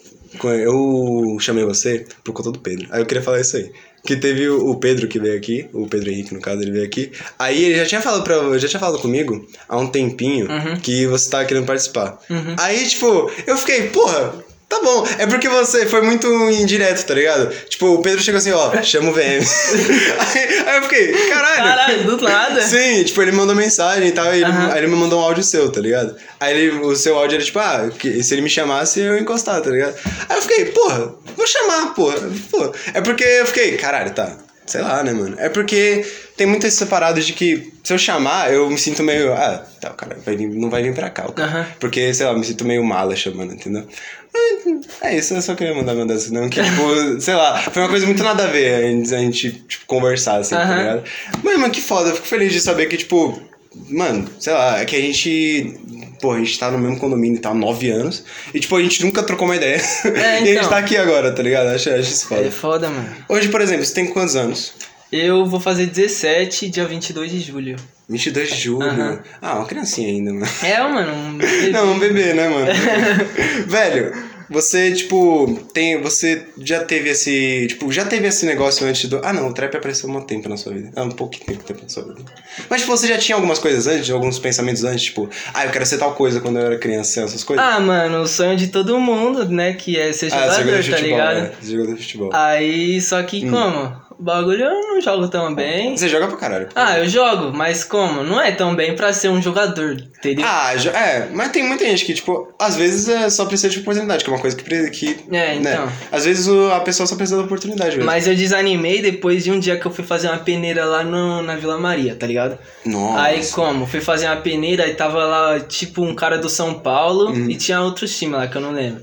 Eu chamei você por conta do Pedro. Aí eu queria falar isso aí. Que teve o o Pedro que veio aqui, o Pedro Henrique, no caso, ele veio aqui. Aí ele já tinha falado para já tinha falado comigo há um tempinho
Uhum.
que você tava querendo participar.
Uhum.
Aí, tipo, eu fiquei, porra, tá bom. É porque você foi muito indireto, tá ligado? Tipo, o Pedro chegou assim, ó, chama o VM. aí, aí eu fiquei,
caralho, do nada.
Sim, tipo, ele mandou mensagem e tal, e ele,
Aham.
aí ele me mandou um áudio seu, tá ligado? Aí ele- o seu áudio era tipo, ah, que- se ele me chamasse, eu ia encostar, tá ligado? Aí eu fiquei, porra, vou chamar, porra, porra. É porque eu fiquei, caralho, tá, sei lá, né, mano? É porque tem muito essa parada de que se eu chamar, eu me sinto meio, ah, tá, o cara vai vir- não vai vir pra cá, o cara.
Aham.
Porque, sei lá, eu me sinto meio mala chamando, entendeu? Mas, É isso, eu só queria mandar uma dessa, não, que, tipo, sei lá, foi uma coisa muito nada a ver a gente, a gente, tipo, conversar, assim, tá
Aham.
ligado? Mas, mano, que foda. Eu fico feliz de saber que, tipo, mano, sei lá, é que a gente. Pô, a gente tá no mesmo condomínio e tal, há nove anos. E, tipo, a gente nunca trocou uma ideia. e a gente
então.
tá aqui agora, tá ligado? Acho, acho isso
É
foda.
foda, mano.
Hoje, por exemplo, você tem quantos anos?
Eu vou fazer 17, dia 22 de julho.
22 de julho.
Aham.
Ah, uma criancinha ainda, mano.
É, mano, um bebê.
Não, um bebê, né, mano? Velho, você, tipo, tem. Você já teve esse. Tipo, já teve esse negócio antes do. Ah, não, o trap apareceu um tempo na sua vida. Ah, um pouquinho tempo, tempo na sua vida. Mas, tipo, você já tinha algumas coisas antes, alguns pensamentos antes, tipo, ah, eu quero ser tal coisa quando eu era criança, essas coisas?
Ah, mano, o sonho de todo mundo, né? Que é ser
Ah,
jogador, tá ligado? Ah.
né? Você jogador de futebol.
Aí, só que
Hum.
como? O bagulho eu não jogo tão bem.
Você joga pra caralho.
Ah, eu jogo, mas como? Não é tão bem pra ser um jogador, entendeu?
Ah, jo- é, mas tem muita gente que, tipo, às vezes é só precisa de oportunidade, que é uma coisa que. pre- que
É, então.
Às vezes o- a pessoa só precisa da oportunidade mesmo.
Mas eu desanimei depois de um dia que eu fui fazer uma peneira lá no, na Vila Maria, tá ligado?
Nossa.
Aí como? Fui fazer uma
Hum.
peneira e tava lá, tipo, um cara do São Paulo e tinha outro time lá que eu não lembro.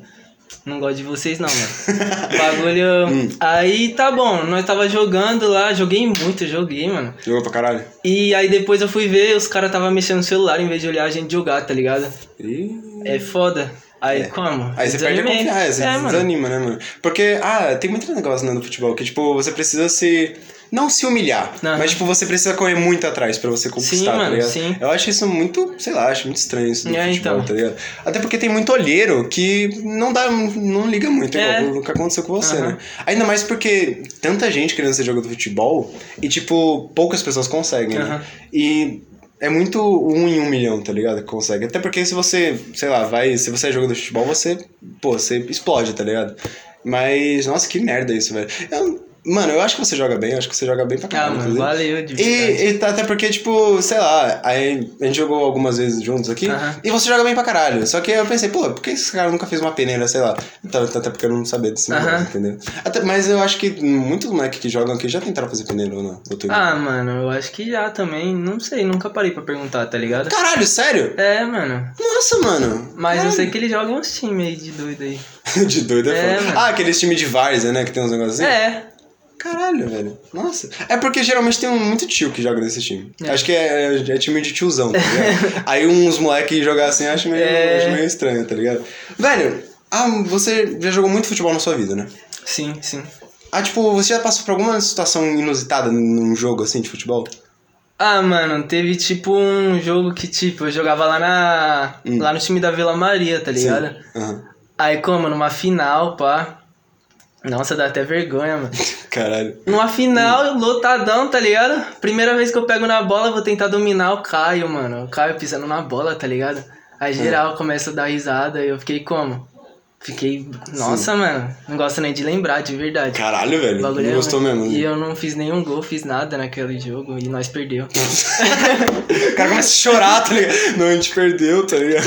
Não gosto de vocês não, mano. Bagulho.
Hum.
Aí tá bom, nós tava jogando lá, joguei muito, joguei, mano.
Jogou pra caralho.
E aí depois eu fui ver, os caras tava mexendo no celular em vez de olhar a gente jogar, tá ligado?
Ih.
É foda. Aí como?
É. Aí você perde a
Desanimei.
confiança,
É,
você
mano.
desanima, né, mano? Porque, ah, tem muito negócio né, no futebol que, tipo, você precisa se. Não se humilhar,
Aham.
mas, tipo, você precisa correr muito atrás pra você conquistar,
Sim,
tá
mano,
ligado?
sim.
Eu acho isso muito, sei lá, acho muito estranho isso do
É,
futebol,
então.
tá ligado? Até porque tem muito olheiro que não dá, não liga muito,
É.
igual o que aconteceu com você,
Aham.
né? Ainda mais porque tanta gente querendo ser jogador de futebol e, tipo, poucas pessoas conseguem, né?
Aham.
E é muito um em um milhão, tá ligado? Que consegue. Até porque se você, sei lá, vai. Se você é jogador de futebol, você. Pô, você explode, tá ligado? Mas, nossa, que merda isso, velho. Eu- mano, eu acho que você joga bem, eu acho que você joga bem pra
Ah,
caralho.
mano,
inclusive.
valeu de verdade.
e, e tá- até porque, tipo, sei lá, aí a gente jogou algumas vezes juntos aqui
Aham.
e você joga bem pra caralho. Só que eu pensei, pô, por que esse cara nunca fez uma peneira, sei lá? Então, até porque eu não sabia desse
Aham.
negócio, entendeu? Até- mas eu acho que muitos moleques que jogam aqui já tentaram fazer peneira ou não. Eu tô-
Ah, mano, eu acho que já também. Não sei, nunca parei pra perguntar, tá ligado?
Caralho, sério?
É, mano.
Nossa, mano.
Mas eu
Caralho.
sei que ele joga uns times aí de doido aí.
de doido é,
É,
foda.
mano.
Ah, aqueles times de várzea, né? Que tem uns negócios assim.
É.
Caralho, velho. Nossa. É porque geralmente tem um muito tio que joga nesse time.
É.
Acho que é, é time de tiozão, tá ligado? Aí uns moleques jogar assim, eu acho meio,
É.
acho meio estranho, tá ligado? Velho, ah, você já jogou muito futebol na sua vida, né?
Sim, sim.
Ah, tipo, você já passou por alguma situação inusitada num jogo assim de futebol?
Ah, mano, teve tipo um jogo que, tipo, eu jogava lá na.
Hum.
Lá no time da Vila Maria, tá ligado?
Aham.
Aí, como, mano, numa final, pá. Nossa, dá até vergonha, mano.
Caralho.
Numa final, lotadão, tá ligado? Primeira vez que eu pego na bola, vou tentar dominar o Caio, mano. O Caio pisando na bola, tá ligado? Aí geral começa a dar risada e eu fiquei como? Fiquei. Nossa, mano. Não gosto nem de lembrar, de verdade.
Caralho, velho.
O bagulho
Não
é-
gostou mesmo.
E
né?
eu não fiz nenhum gol, fiz nada naquele jogo e nós perdeu.
O cara começa a chorar, tá ligado? Não, a gente perdeu, tá ligado?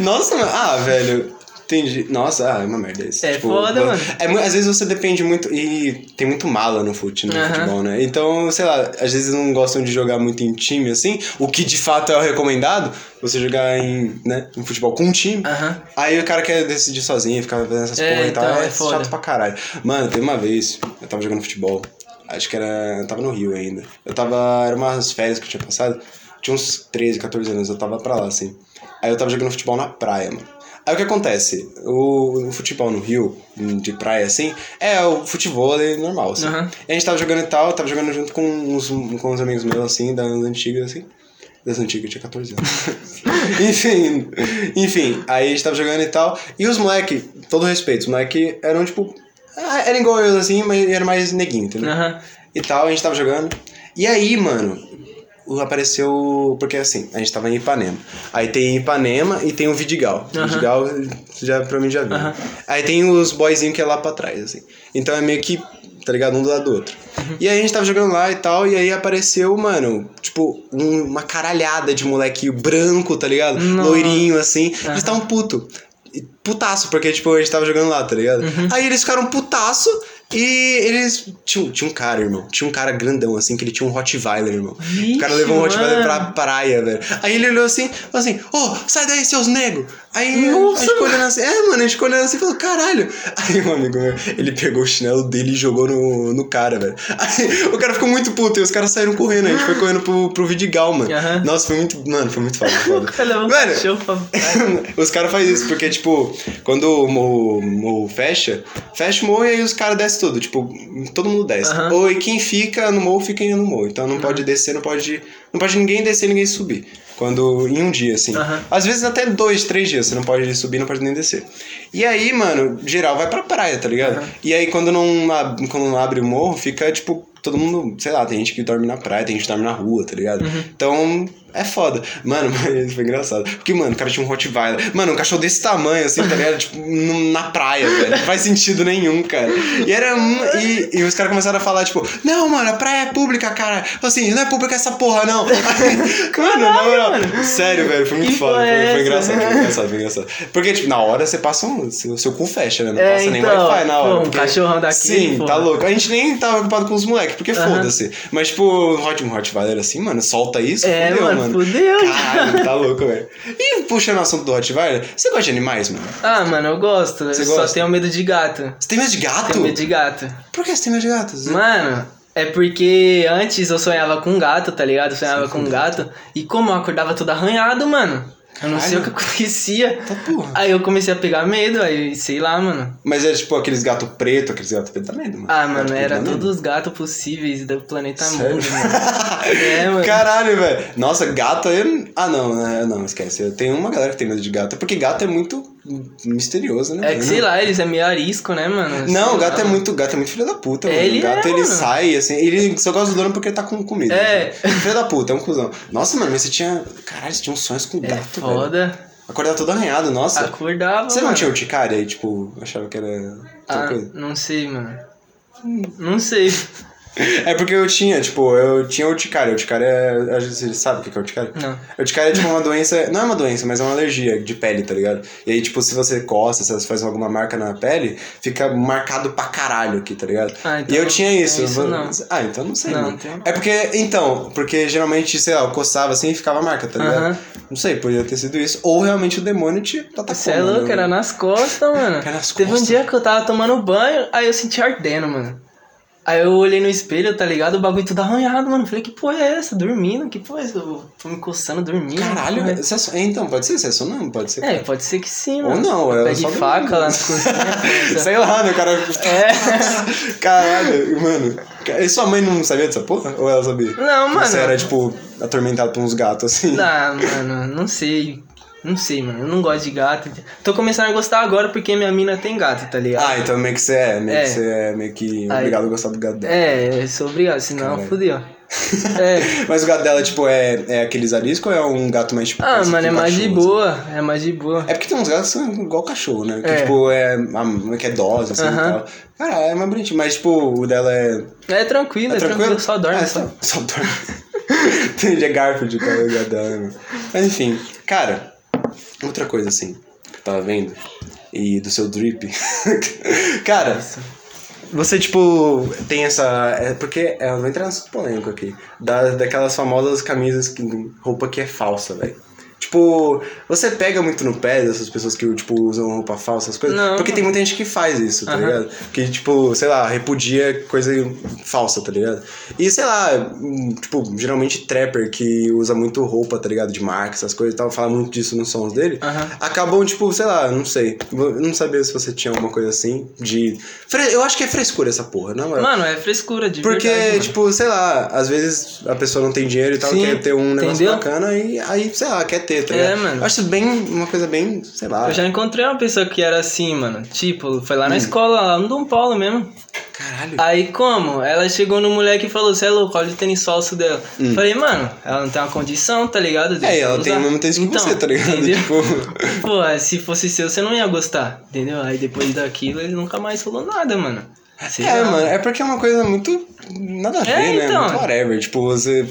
Nossa, mano. Ah, velho. Entendi. Nossa, ah, é uma merda isso.
É foda, mano.
É, mu- às vezes você depende muito. E tem muito mala no, fute, no
Aham.
futebol, né? Então, sei lá, às vezes não gostam de jogar muito em time assim. O que de fato é o recomendado, você jogar em, né, em futebol com um time.
Aham.
Aí o cara quer decidir sozinho, ficar fazendo essas
É,
porra e tal.
então,
é
é foda.
chato pra caralho. Mano, teve uma vez, eu tava jogando futebol. Acho que era. Eu tava no Rio ainda. Eu tava. Era umas férias que eu tinha passado. Tinha uns 13, 14 anos, eu tava pra lá, assim. Aí eu tava jogando futebol na praia, mano. Aí o que acontece? O, o futebol no Rio, de praia assim, é o futebol normal, assim.
Aham.
E a gente tava jogando e tal, eu tava jogando junto com uns, com uns amigos meus, assim, das antigas, assim. Das antigas, eu tinha 14 anos. enfim, enfim, aí a gente tava jogando e tal. E os moleque, todo respeito, os moleque eram, tipo, ah, eram igual eu, assim, mas era mais neguinho, entendeu?
Aham.
e tal, a gente tava jogando. E aí, mano, o- apareceu. Porque assim, a gente tava em Ipanema. Aí tem Ipanema e tem o Vidigal. O
Aham.
Vidigal, você já, pra mim já viu.
Aham.
Aí tem os boyzinhos que é lá pra trás, assim. Então é meio que, tá ligado? Um do lado do outro.
Uhum.
E aí a gente tava jogando lá e tal, e aí apareceu, mano, tipo, um- uma caralhada de moleque branco, tá ligado?
Nossa.
Loirinho, assim.
Aham.
Eles tavam puto. E Putaço, porque, tipo, a gente tava jogando lá, tá ligado?
Uhum.
Aí eles ficaram putaço e eles. Tinha, um- tinha um cara, irmão. Tinha um cara grandão, assim, que ele tinha um Rottweiler, irmão. o cara
Vixe,
levou um Rottweiler
mano.
pra praia, velho. Aí ele olhou assim, falou assim: Ô, sai daí, seus nego! Aí
Nossa,
a gente ficou olhando assim, é, mano, a gente ficou olhando assim e falou: caralho! Aí um amigo meu, ele pegou o chinelo dele e jogou no, no cara, velho. Aí o cara ficou muito puto e os caras saíram correndo. A gente foi correndo pro, pro Vidigal, mano.
Aham.
Nossa, foi muito. Mano, foi muito foda. foda.
O cara levou um
Velho,
cachorro pra-
os caras fazem isso, porque, tipo, quando o morro, morro fecha, fecha o morro e aí os caras descem tudo. Tipo, todo mundo desce.
Aham.
Ou e quem fica no morro, fica no morro. Então não pode descer, não pode. Não pode ninguém descer, ninguém subir. Quando. Em um dia, assim.
Aham.
Às vezes até dois, três dias. Você não pode subir, não pode nem descer. E aí, mano, geral vai pra praia, tá ligado?
Aham.
E aí quando não, ab- quando não abre o morro, fica, tipo, todo mundo, sei lá, tem gente que dorme na praia, tem gente que dorme na rua, tá ligado? Então, é foda. Mano, mas foi engraçado. Porque, mano, o cara tinha um Rottweiler. Mano, um cachorro desse tamanho, assim, tá ligado? tipo, no- na praia, velho. Não faz sentido nenhum, cara. E era um. E, e os caras começaram a falar, tipo, não, mano, a praia é pública, cara. Falei Assim, não é pública essa porra, não. mano, na moral. Sério, velho, foi muito
Que
foda.
porra
Foi, foi
é essa?
engraçado, foi engraçado, foi engraçado. Porque, tipo, na hora você passa um. Seu, seu cu fecha, né? Não
É,
passa nem
então,
Wi-Fi na hora.
pô, um
porque-
cachorrão daquele,
Sim,
pô.
tá louco. A gente nem tava preocupado com os moleques. moleque, porque
Aham.
foda-se. Mas, tipo, um Hot, um Rottweiler assim, mano, solta isso,
É,
fodeu,
mano,
mano.
fudeu.
Caralho, tá louco, velho. E puxando o assunto do Rottweiler, você gosta de animais, mano?
Ah, mano, eu gosto.
Você
eu só
gosta?
tenho medo de gato.
Você tem medo de gato?
Tenho medo de gato.
Por que você tem medo de gato?
Mano, é porque antes eu sonhava com gato, tá ligado? Eu sonhava
Sim,
com
com
gato. E como eu acordava todo arranhado, mano. Eu não sei o que
Caralho.
acontecia.
Tá porra.
Aí eu comecei a pegar medo, aí sei lá, mano.
Mas é tipo aqueles gato preto, aqueles gato preto dá medo, mano.
Ah, mano,
Gato preto
era
dá Tá medo.
todos os gatos possíveis do planeta
Sério?
mundo, mano. É, mano.
Caralho, velho. Nossa, gato eu... Ah, não, né? Não, esquece. Tem uma galera que tem medo de gato. É porque gato é muito misterioso, né?
É que
velho?
sei lá, eles é meio arisco, né, mano?
Não,
Sei
o gato
lá,
é
mano.
muito, o gato é muito filho da puta, mano.
Ele
o gato
é,
ele
mano.
sai, assim, ele só gosta do dono porque ele tá com comida.
É.
né? Filho da puta, é um cuzão. Nossa, mano, mas você tinha. Caralho, você tinha uns sonhos com
É
gato, velho.
foda.
Acordava todo arranhado, nossa.
Acordava.
você não
mano.
tinha urticária e, tipo, achava que era outra
Ah,
coisa?
não sei, mano. Não sei.
É porque eu tinha, tipo, eu tinha urticária. Urticária é. às vezes Você sabe o que que é urticária?
Não.
Urticária é tipo uma doença. Não é uma doença, mas é uma alergia de pele, tá ligado? E aí, tipo, se você coça, se você faz alguma marca na pele, fica marcado pra caralho aqui, tá ligado?
Ah, então
e eu tinha
não tem
isso. eu
isso,
vou-
não.
Ah, então não sei.
Não,
mano.
tem não.
É porque, então, porque geralmente, sei lá, eu coçava assim e ficava a marca, tá ligado?
Aham.
Não sei, podia ter sido isso. Ou realmente o demônio te atacou.
Você é louco,
mano.
era nas costas, mano.
Era nas
Teve um
costas.
dia que eu tava tomando banho, aí eu senti ardendo, mano. Aí eu olhei no espelho, tá ligado? O bagulho tudo arranhado, mano. Falei, que porra é essa? Dormindo? Que porra é essa? Eu tô me coçando dormindo.
Caralho,
que porra
você é so- então, pode ser, você é sonâmbulo, pode ser.
é? É, pode ser que sim,
Ou
mano.
não,
eu
ela
Pegue
só
faca
dormiu.
lá nas cozinhas.
Sei lá, né, cara?
É.
Caralho, mano. E sua mãe não sabia dessa porra? Ou ela sabia?
Não, mano.
Você era, tipo, atormentado por uns gatos, assim.
Ah, mano, não sei. Não sei, mano. Eu não gosto de gato. Tô começando a gostar agora porque minha mina tem gato, tá ligado?
Ah, então meio que você é, meio
É.
que você é meio que obrigado a gostar do gato dela.
É, eu sou obrigado, senão
Caralho.
fudeu. É.
Mas o gato dela, tipo, é, é aqueles arisco ou é um gato mais, tipo...
Ah,
parecido
mano, é
com
mais de
cachorro,
boa. É mais de boa.
assim? É porque tem uns gatos que são igual cachorro, né? Que,
É.
tipo, é, a- que é dose, assim,
Aham.
e tal. Cara, é mais bonitinho, mas, tipo, o dela é...
É tranquilo, é, tranquilo? só dorme.
Ah,
só.
tá. Só dorme. Entendi, é Garfield, cara, o gato dela, né? Mas, enfim, cara, outra coisa, assim, que eu tava vendo, e do seu drip. cara... Você, tipo, tem essa. É porque é, eu vou entrar nessa polêmica aqui. Da, daquelas famosas camisas, que, roupa que é falsa, velho. Tipo, você pega muito no pé dessas pessoas que, tipo, usam roupa falsa, essas coisas.
Não.
Porque tem muita gente que faz isso, tá
Aham.
ligado? Que, tipo, sei lá, repudia coisa falsa, tá ligado? E, sei lá, hum, tipo, geralmente trapper que usa muito roupa, tá ligado? De marca, essas coisas e tal, fala muito disso nos sons dele
Aham.
acabam, tipo, sei lá, não sei. Eu não sabia se você tinha alguma coisa assim de. Fre- Eu acho que é frescura essa porra, não é?
Mano, é frescura de
Porque,
verdade, mano.
tipo, sei lá, às vezes a pessoa não tem dinheiro e tal,
Sim,
quer ter um negócio
entendeu?
bacana e aí, sei lá, quer ter, tá
É,
ligado?
mano.
Eu acho bem uma coisa bem, sei lá.
Eu já encontrei uma pessoa que era assim, mano. Tipo, foi
Hum.
lá na escola, lá no Dom Paulo mesmo.
Caralho.
Aí como? Ela chegou no moleque e falou, você é louco, olha o tênis falso dela. Falei, mano, ela não tem uma condição, tá ligado? de
Hum. É, ela tem o
usar."
mesmo texto que
Então,
você, tá ligado?
entendeu?
Tipo.
Pô, é, se fosse seu, você não ia gostar, entendeu? Aí depois daquilo, ele nunca mais falou nada, mano. Sei
É,
lá.
mano, é porque é uma coisa muito. Nada a ver,
É,
né?
então.
Muito whatever. Tipo, você.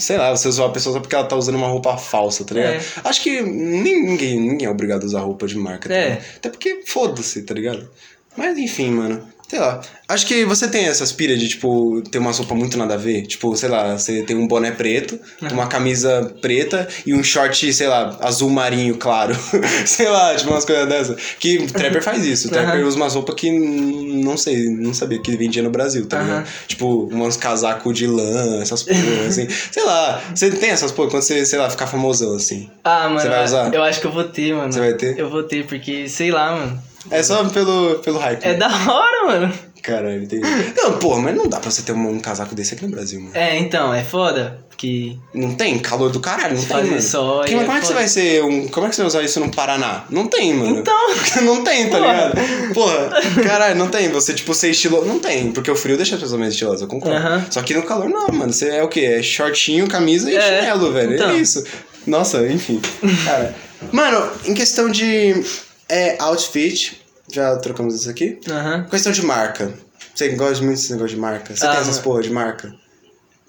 Sei lá, você usou a pessoa só porque ela tá usando uma roupa falsa, tá ligado?
É.
Acho que ninguém, ninguém é obrigado a usar roupa de marca, tá
É.
ligado? Até porque foda-se, tá ligado? Mas enfim, mano. Sei lá. Acho que você tem essas pilhas de, tipo, ter uma roupa muito nada a ver. Tipo, sei lá, você tem um boné preto,
É.
uma camisa preta e um short, sei lá, azul marinho claro. sei lá, tipo, umas coisas dessas. Que Trapper faz isso. Trapper usa umas roupas que n- não sei, não sabia que vendia no Brasil, tá ligado?
Aham.
Tipo, uns casacos de lã, essas porras, assim. Sei lá, você tem essas porras quando você, sei lá, ficar famosão, assim.
Ah, mano,
Você vai usar?
eu acho que eu vou ter, mano.
Você vai ter?
Eu vou ter, porque, sei lá, mano.
É só pelo, pelo hype.
É da hora, mano.
Caralho, entendi. Não, porra, mas não dá pra você ter um, um casaco desse aqui no Brasil, mano.
É, então, é foda. Porque.
Não tem calor do caralho, não tem,
Fazer
mano.
sol,
Que-
aí
mas
é
como é que você
foda.
vai ser um... Como é que você vai usar isso no Paraná? Não tem, mano.
Então.
não tem, tá
Porra.
ligado? Porra, caralho, não tem. Você, tipo, ser estiloso... Não tem, porque o frio deixa as pessoas mais estilosas, eu concordo.
Aham.
Só que no calor não, mano. Você é o quê? É shortinho, camisa e
É,
chinelo, velho.
então.
É isso. Nossa, enfim. Cara. Mano, em questão de é, outfit... Já trocamos isso aqui.
Aham.
Questão de marca. Você gosta muito desse negócio de marca? Você
Ah,
tem essas
mano.
porra de marca?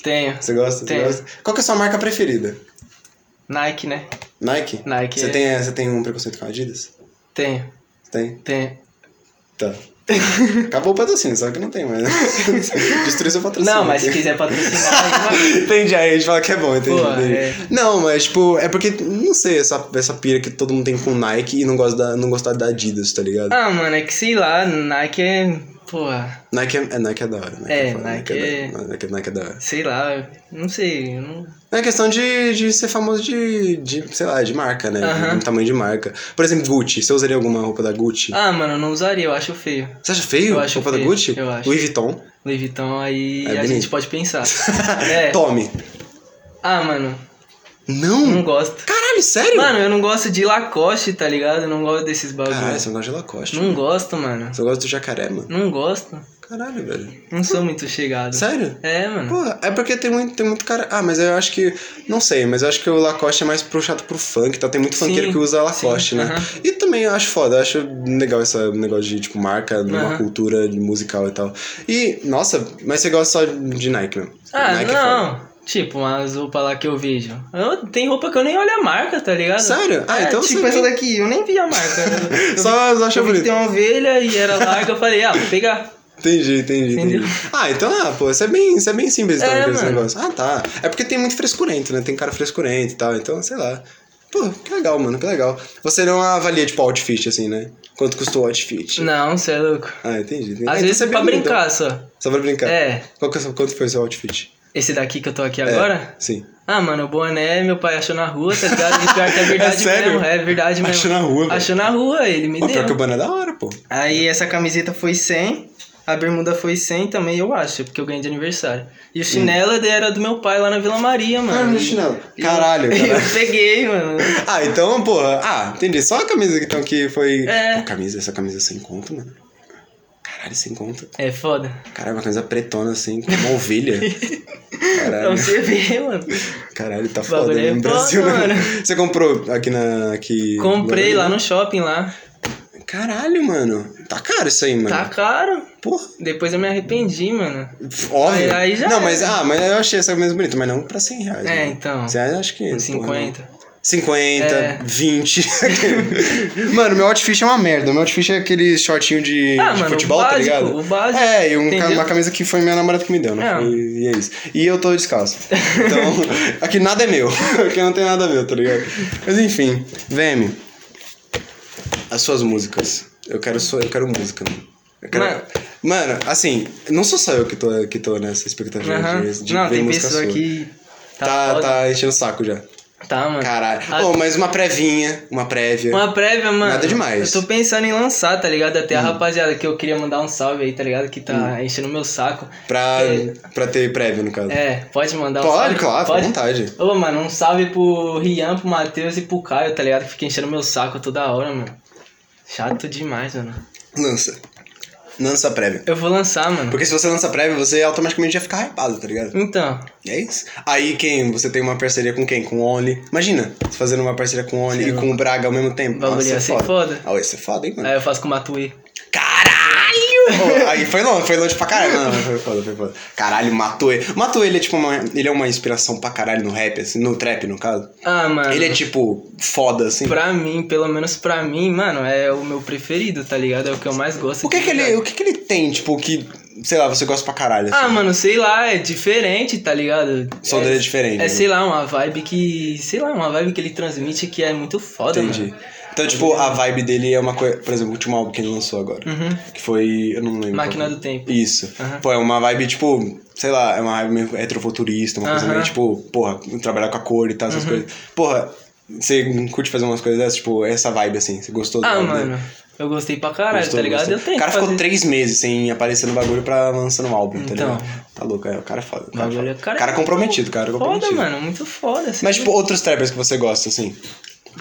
Tenho.
Você gosta? Você
Tenho.
gosta? Qual que é a sua marca preferida?
Nike, né?
Nike?
Nike,
Você
é.
tem, você tem um preconceito com a Adidas?
Tenho.
Tem?
Tenho.
Tá. Acabou o patrocínio, só que não tem mais. né? Destruiu seu patrocínio.
Não, mas se quiser patrocinar, aí,
Entendi, aí a gente fala que é bom, entendi.
Pô,
entendi.
é.
Não, mas tipo, é porque, não sei, essa, essa pira que todo mundo tem com Nike e não, gosta da, não gostar da Adidas, tá ligado?
Ah, mano, é que sei lá, Nike é. Porra,
Nike, é, é, Nike é da hora. Nike
É,
foda,
Nike
da hora, Nike, Nike é da hora.
sei lá, eu não sei. eu Não...
É questão de, de ser famoso de, de, sei lá, de marca, né?
Aham.
De tamanho de marca. Por exemplo, Gucci. Você usaria alguma roupa da Gucci?
Ah, mano, eu não usaria, eu acho feio.
Você acha feio
Eu acho
roupa da
feio,
Gucci?
eu acho.
Louis Vuitton.
Louis Vuitton, aí
É
a
bonito.
gente pode pensar. é.
Tome.
Ah, mano,
Não?
não gosto.
Caralho, sério?
Hum. Mano, eu não gosto de Lacoste, tá ligado? Eu não gosto desses
Caralho,
bagulhos.
você não gosta de Lacoste.
Não gosto, mano.
Você gosta do jacaré, mano?
Não gosto.
Caralho, velho.
Não sou muito chegado.
Sério?
É, mano.
Pô, é porque tem muito, tem muito cara. Ah, mas eu acho que. Não sei, mas eu acho que o Lacoste é mais pro chato pro funk, tá? Tem muito
Sim,
funkeiro que usa Lacoste,
sim,
né?
aham.
E também eu acho foda, eu acho legal esse negócio de, tipo, marca, numa
Aham.
cultura de musical e tal. E, nossa, mas você gosta só de Nike mesmo?
Ah,
Nike é foda.
não. tipo, umas roupas lá que eu vejo. Eu- tem roupa que eu nem olho a marca, tá ligado?
Sério? Ah,
É,
então
tipo
você
essa
nem-
daqui, eu nem vi a marca. Eu- eu
Só só
vi-
acha
eu vi que
bonito.
tem uma ovelha e era larga, eu falei, ah, vou pegar.
Entendi, entendi,
Entendeu?
entendi. Ah, então, ah, pô, isso é bem, isso é bem simples também
É,
com esse
mano.
negócio. Ah, tá. É porque tem muito frescurento, né? Tem cara frescurento e tal, então, sei lá. Pô, que legal, mano, que legal. Você não avalia, tipo, outfit, assim, né? Quanto custou o outfit?
Não, você é louco.
Ah, entendi. entendi. Ah,
Às
então
vezes
você
é pra
bem mudou.
brincar só.
Só pra brincar.
É,
Qual que é o seu- quanto foi o seu outfit?
esse daqui que eu tô aqui
É,
agora.
sim.
Ah, mano, o boné meu pai achou na rua, tá ligado? E pior que é verdade
sério?
mesmo. É verdade mesmo.
Achou na rua, velho.
Achou na rua, ele me
Pô,
deu.
pior que o banner é da hora, pô.
Aí essa camiseta foi 100, a bermuda foi 100 também, eu acho, porque eu ganhei de aniversário. E o chinelo era do meu pai lá na Vila Maria, mano.
Ah, meu chinelo. Caralho,
eu,
caralho.
eu peguei, mano.
Ah, então, porra. Ah, entendi. Só a camisa então que foi.
É.
Pô, camisa, essa camisa sem conta, mano. Caralho, sem conta.
É foda.
Caralho, uma camisa pretona assim, com uma ovelha.
Pra
Caralho,
você ver, mano.
caralho, tá
Bagulho
foda né?
é
no
foda,
Brasil, mano.
mano.
Você comprou aqui na. Aqui,
Comprei lá no shopping lá.
no. Caralho, mano. Tá caro isso aí, mano.
Tá caro.
Porra.
Depois eu me arrependi, mano.
Óbvio.
Aí- aí já
não,
era.
mas, ah, mas eu achei essa camisa bonita, mas não pra 100 reais.
É,
mano.
então.
100 reais acho que. porra, não.
Com 50.
50,
É.
20. mano, meu outfit é uma merda. Meu outfit é aquele shortinho de,
Ah,
de
mano, o
futebol, tá
básico,
ligado?
o básico,
É, e um ca-
entendeu?
uma camisa que foi minha namorada que me deu, né?
É.
Foi- E é isso. E eu tô descalço. Então, aqui nada é meu. Aqui não tem nada a ver, tá ligado? Mas enfim, VM. As suas músicas. Eu quero, sua- eu quero música, mano. Eu quero-
Mano.
Mano, assim, não sou só eu que tô, que tô nessa expectativa
Aham.
de, de
Não,
ver
tem
música
pessoa
sua.
aqui.
Tá,
foda.
tá enchendo o saco já.
Tá, mano.
Caralho.
Ah,
Ô, mas uma prévinha, uma prévia.
Uma prévia, mano.
Nada demais. Hum.
Eu tô pensando em lançar, tá ligado? Até a rapaziada que eu queria mandar um salve aí, tá ligado? Que tá enchendo meu saco.
Pra,
É.
pra ter prévia, no caso.
É, pode mandar um
Pode,
salve.
claro, fica à vontade.
Ô, mano, um salve pro Rian, pro Matheus e pro Caio, tá ligado? Que fica enchendo meu saco toda hora, mano. Chato demais, mano.
Lança. Lança a prévia.
Eu vou lançar, mano.
Porque se você lança a prévia, você automaticamente já fica hypado, tá ligado?
Então,
É isso. Aí quem? Você tem uma parceria com quem? Com o Only. Imagina, você fazendo uma parceria com o Only
Sim.
e com o Braga ao mesmo tempo.
o bagulho
Nossa,
ia
é
ser
foda.
foda. É.
Ah, ia ser foda, hein, mano?
Aí eu faço com o Matuê.
Caralho! Ô, aí foi longe, foi longe pra caralho. Não, não, foi foda, foi foda. Caralho, matou ele. Matou ele é tipo uma. Ele é uma inspiração pra caralho no rap, assim, no trap, no caso.
Ah, mano.
Ele é tipo foda, assim.
Pra mim, pelo menos pra mim, mano, é o meu preferido, tá ligado? É o que eu mais gosto.
O que
de
que ele,
verdade.
o que que ele tem, tipo, que, sei lá, você gosta pra caralho?
Ah,
Assim?
mano, sei lá, é diferente, tá ligado?
O som
é,
dele é diferente.
É,
né?
sei lá, uma vibe que. Sei lá, uma vibe que ele transmite que é muito foda,
Entendi.
mano.
Então, tipo, a vibe dele é uma coisa. Por exemplo, o último álbum que ele lançou agora.
Uhum.
Que foi. Eu não lembro.
Máquina
qual foi.
do Tempo.
Isso.
Aham.
Pô, é uma vibe, tipo, sei lá, é uma vibe meio retrofuturista, uma coisa
Aham. Uhum.
meio, tipo, porra, trabalhar com a cor e tal, essas coisas. Porra, você curte fazer umas coisas dessas? Tipo, essa vibe assim, você gostou do
Ah,
álbum
mano,
dele?
eu gostei pra caralho,
Gostou,
tá ligado?
gostou.
Eu tenho
O cara
que
ficou
fazer.
três meses sem aparecer no bagulho pra lançando um álbum, tá
Então.
ligado? Tá louco, é. O cara é foda. O cara, é
Bagulho,
foda.
cara, é
cara
muito
comprometido, cara comprometido.
Foda, mano, muito foda. assim.
Mas, tipo, outros trappers que você gosta, assim.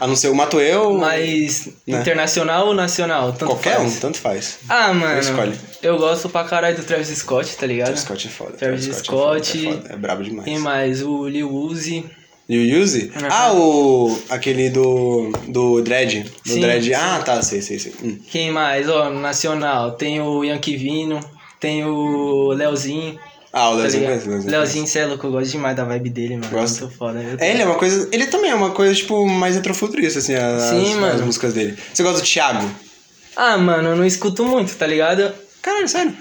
A não ser o Matuê ou
Mas
Né?
internacional ou nacional? Tanto
qualquer um,
faz.
tanto faz.
Ah, mano.
escolhe.
Eu gosto pra caralho do Travis Scott, tá ligado?
Travis Scott é foda.
Travis
é,
Scott.
foda, é, foda, é brabo demais.
Tem mais o Lil Uzi.
E o Yuzi?
Aham.
Ah, o. aquele do. do Dredd. Do
Sim,
Dredd.
sim.
Ah, tá, sei, sei, sei. Hum.
Quem mais? Ó, nacional. Tem o Yankee Vino. Tem o Leozinho.
Ah, o
Tá
Leozinho
ligado?
conhece, o Leozinho.
Leozinho, cê é louco, eu gosto demais da vibe dele, mano.
Gosto.
Muito foda. Eu-
É, ele é uma coisa. Ele também é uma coisa, tipo, mais retrofuturista, assim, as,
Sim,
as
mano.
músicas dele. Você gosta do Thiago?
Ah, mano, eu não escuto muito, tá ligado?
Caralho, sério.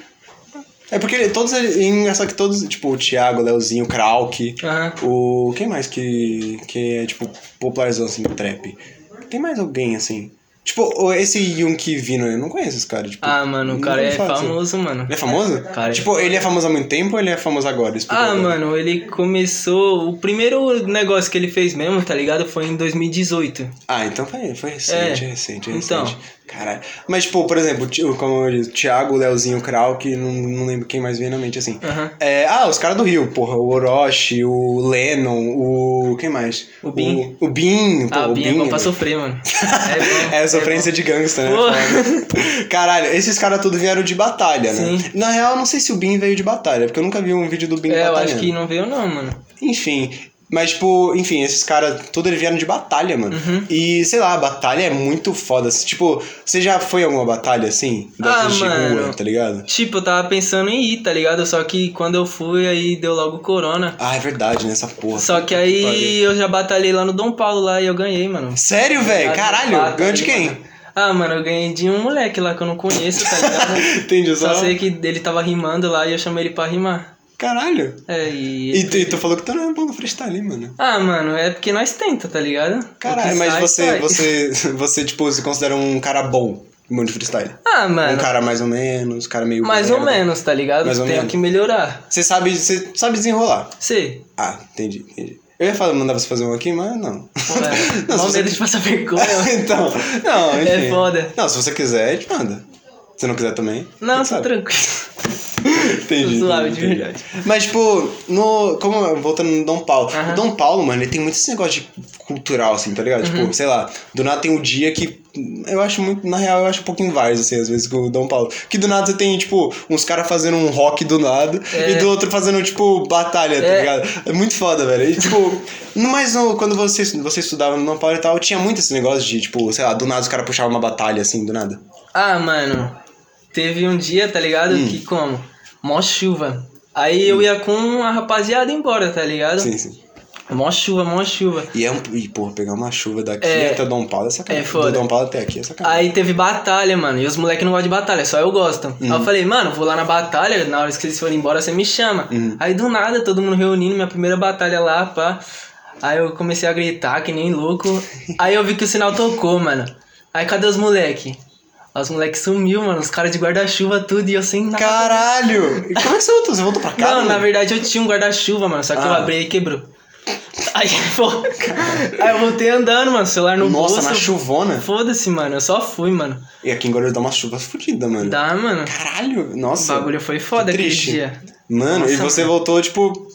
É porque todos eles. Engraçado que todos, tipo, o Thiago, o Leozinho, o Krauk,
Aham.
o. Quem mais que. que é, tipo, popularizou assim no trap? Tem mais alguém assim? Tipo, o- esse Yun Kivino, eu não conheço esse cara, tipo.
Ah, mano, o
não
cara é
ouvi falar disso.
famoso, mano.
Ele é famoso?
Cara, é.
tipo, ele é famoso há muito tempo ou ele é famoso agora? Explica
Ah,
agora.
mano, ele começou. O primeiro negócio que ele fez mesmo, tá ligado? Foi em 2018.
Ah, então foi, foi recente,
É.
recente, recente.
Então.
Caralho. Mas, tipo, por exemplo, o Ti- como eu disse, o Thiago, o Leozinho, o Krauk, não, não lembro quem mais veio na mente, assim.
Aham.
É, ah, os caras do Rio, porra. O Orochi, o Lennon, o. Quem mais?
O Bin.
O, o Bin, pô,
Ah,
Então, o
Binha é
Bin.
bom pra sofrer, mano. É bom.
É, sofrência de gangsta, né?
Pô.
Foda. Caralho, esses caras tudo vieram de batalha, né?
Sim.
Na real, eu não sei se o Bin veio de batalha, porque eu nunca vi um vídeo do Bin
É, eu
batalhando.
acho que não veio, não, mano.
Enfim. Mas, tipo, enfim, esses caras todos eles vieram de batalha, mano.
Uhum.
E, sei lá, a batalha é muito foda. assim, Tipo, você já foi em alguma batalha, assim?
Ah,
de rua,
mano.
tá ligado?
Tipo, eu tava pensando em ir, tá ligado? Só que quando eu fui, aí deu logo corona.
Ah, é verdade, né? Essa porra.
Só que aí eu já batalhei lá no Dom Paulo lá e eu ganhei, mano.
Sério, velho?
Ah,
É, Caralho, ganhou de quem?
Ah, mano, eu ganhei de um moleque lá que eu não conheço, tá ligado?
Entendi,
Só
só.
sei que ele tava rimando lá e eu chamei ele pra rimar.
Caralho.
É, e.
E tu, e tu falou que tu não é bom no freestyle, mano.
Ah, mano, é porque nós tenta, tá ligado? O
Caralho,
que
mas
sai,
você,
sai.
você, você, tipo, se considera um cara bom no mundo de freestyle?
Ah,
Um
mano,
cara mais ou menos, um cara meio.
mais ou
merda.
menos, tá ligado?
Mais ou
Tenho
menos.
que melhorar.
Você sabe, você sabe desenrolar.
Sei.
Ah, entendi, entendi. Eu ia falar, mandar você fazer um aqui, mas não.
É,
Não,
mal
se você-
medo de passar vergonha.
então, não, enfim.
É foda.
Não, se você quiser, a gente manda. Se não quiser também.
Não, tô
sabe.
tranquilo.
Entendi.
Tô suave,
entendi,
de
entendi. Mas, tipo, no. Como voltando no Dom Paulo.
Aham.
O Dom Paulo, mano, ele tem muito esse negócio de cultural, assim, tá ligado?
Uhum.
Tipo, sei lá, do nada tem um dia que. Eu acho muito. Na real, eu acho um pouquinho vários, assim, às vezes, com o Dom Paulo. Que do nada você tem, tipo, uns caras fazendo um rock do nada
É.
e do outro fazendo, tipo, batalha, tá
É.
ligado? É muito foda, velho. E, tipo, no- mas no- quando você, você estudava no Dom Paulo e tal, tinha muito esse negócio de, tipo, sei lá, do nada os caras puxavam uma batalha, assim, do nada.
Ah, mano, teve um dia, tá ligado? Que como? Mó chuva. Aí eu ia com a rapaziada embora, tá ligado?
Sim, sim.
Mó chuva, mó chuva.
E é um. E, porra, pegar uma chuva daqui
É.
até Dom Paulo é sacanagem.
É foda.
Do Dom Paulo até aqui é sacanagem.
Aí teve batalha, mano. E os moleques não gostam de batalha, só eu gosto. Aí eu falei, mano, vou lá na batalha, na hora que vocês forem embora, você me chama. Aí do nada, todo mundo reunindo, minha primeira batalha lá, pá. Aí eu comecei a gritar, que nem louco. Aí eu vi que o sinal tocou, mano. Aí cadê os moleque? Os moleques sumiu, mano. Os caras de guarda-chuva, tudo, e eu sem nada.
Caralho! E como é que você voltou? Você voltou pra casa?
Não, na verdade eu tinha um guarda-chuva, mano, só que eu
Ah.
abri e quebrou. Aí, pô, aí eu voltei andando, mano, celular no
Nossa,
bolso.
na chuvona.
Foda-se, mano, eu só fui, mano.
E aqui em Guarulhos dá umas chuvas fodidas, mano.
Dá, mano.
Caralho,
O
nossa.
bagulho foi foda aquele
triste.
dia.
Mano, e
Nossa,
você voltou, tipo,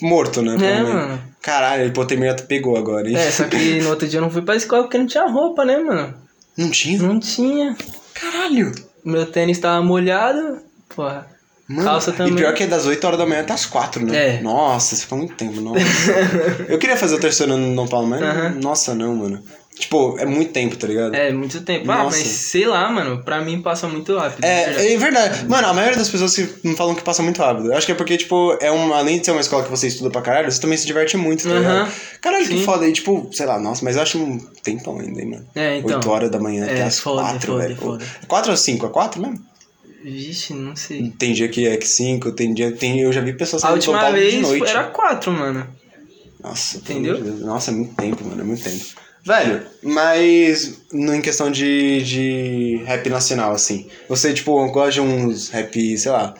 morto, né? pelo
É,
menos.
mano.
Caralho, a hipotermia pegou agora, hein?
É, só que no outro dia eu não fui pra escola porque não tinha roupa, né, mano?
Não tinha?
Não tinha.
Caralho.
Meu tênis tava molhado, porra.
Mano,
Calça também.
E pior que é das 8 horas da manhã até as 4, né?
É.
Nossa, você ficou muito tempo, nossa. Eu queria fazer o terceiro ano no Dom Paulo, mas.
Aham.
Nossa, não, mano. Tipo, é muito tempo, tá ligado?
É, muito tempo. Ah,
Nossa.
mas sei lá, mano, pra mim passa muito rápido. né, de verdade.
É, é verdade. Mano, a maioria das pessoas que me falam que passa muito rápido. Eu acho que é porque, tipo, é uma, além de ser uma escola que você estuda pra caralho, você também se diverte muito, tá
Aham.
ligado? Caralho, que
Sim.
foda. E, tipo, sei lá, nossa, mas eu acho um tempão ainda, hein, mano.
É, então.
8 horas da manhã
É,
até as
foda,
4,
foda,
velho.
foda.
4 ou 5? É 4 mesmo?
Vixe, não sei.
Tem dia que é 5, tem dia. Tem, eu já vi pessoas
A
saindo de São
última
Paulo de
vez
noite.
era quatro, mano.
Nossa,
Entendeu?
pelo amor de Deus. Nossa, é muito tempo, mano, é muito tempo. Velho, mas no, em questão de, de rap nacional, assim, você, tipo, gosta de uns rap, sei lá,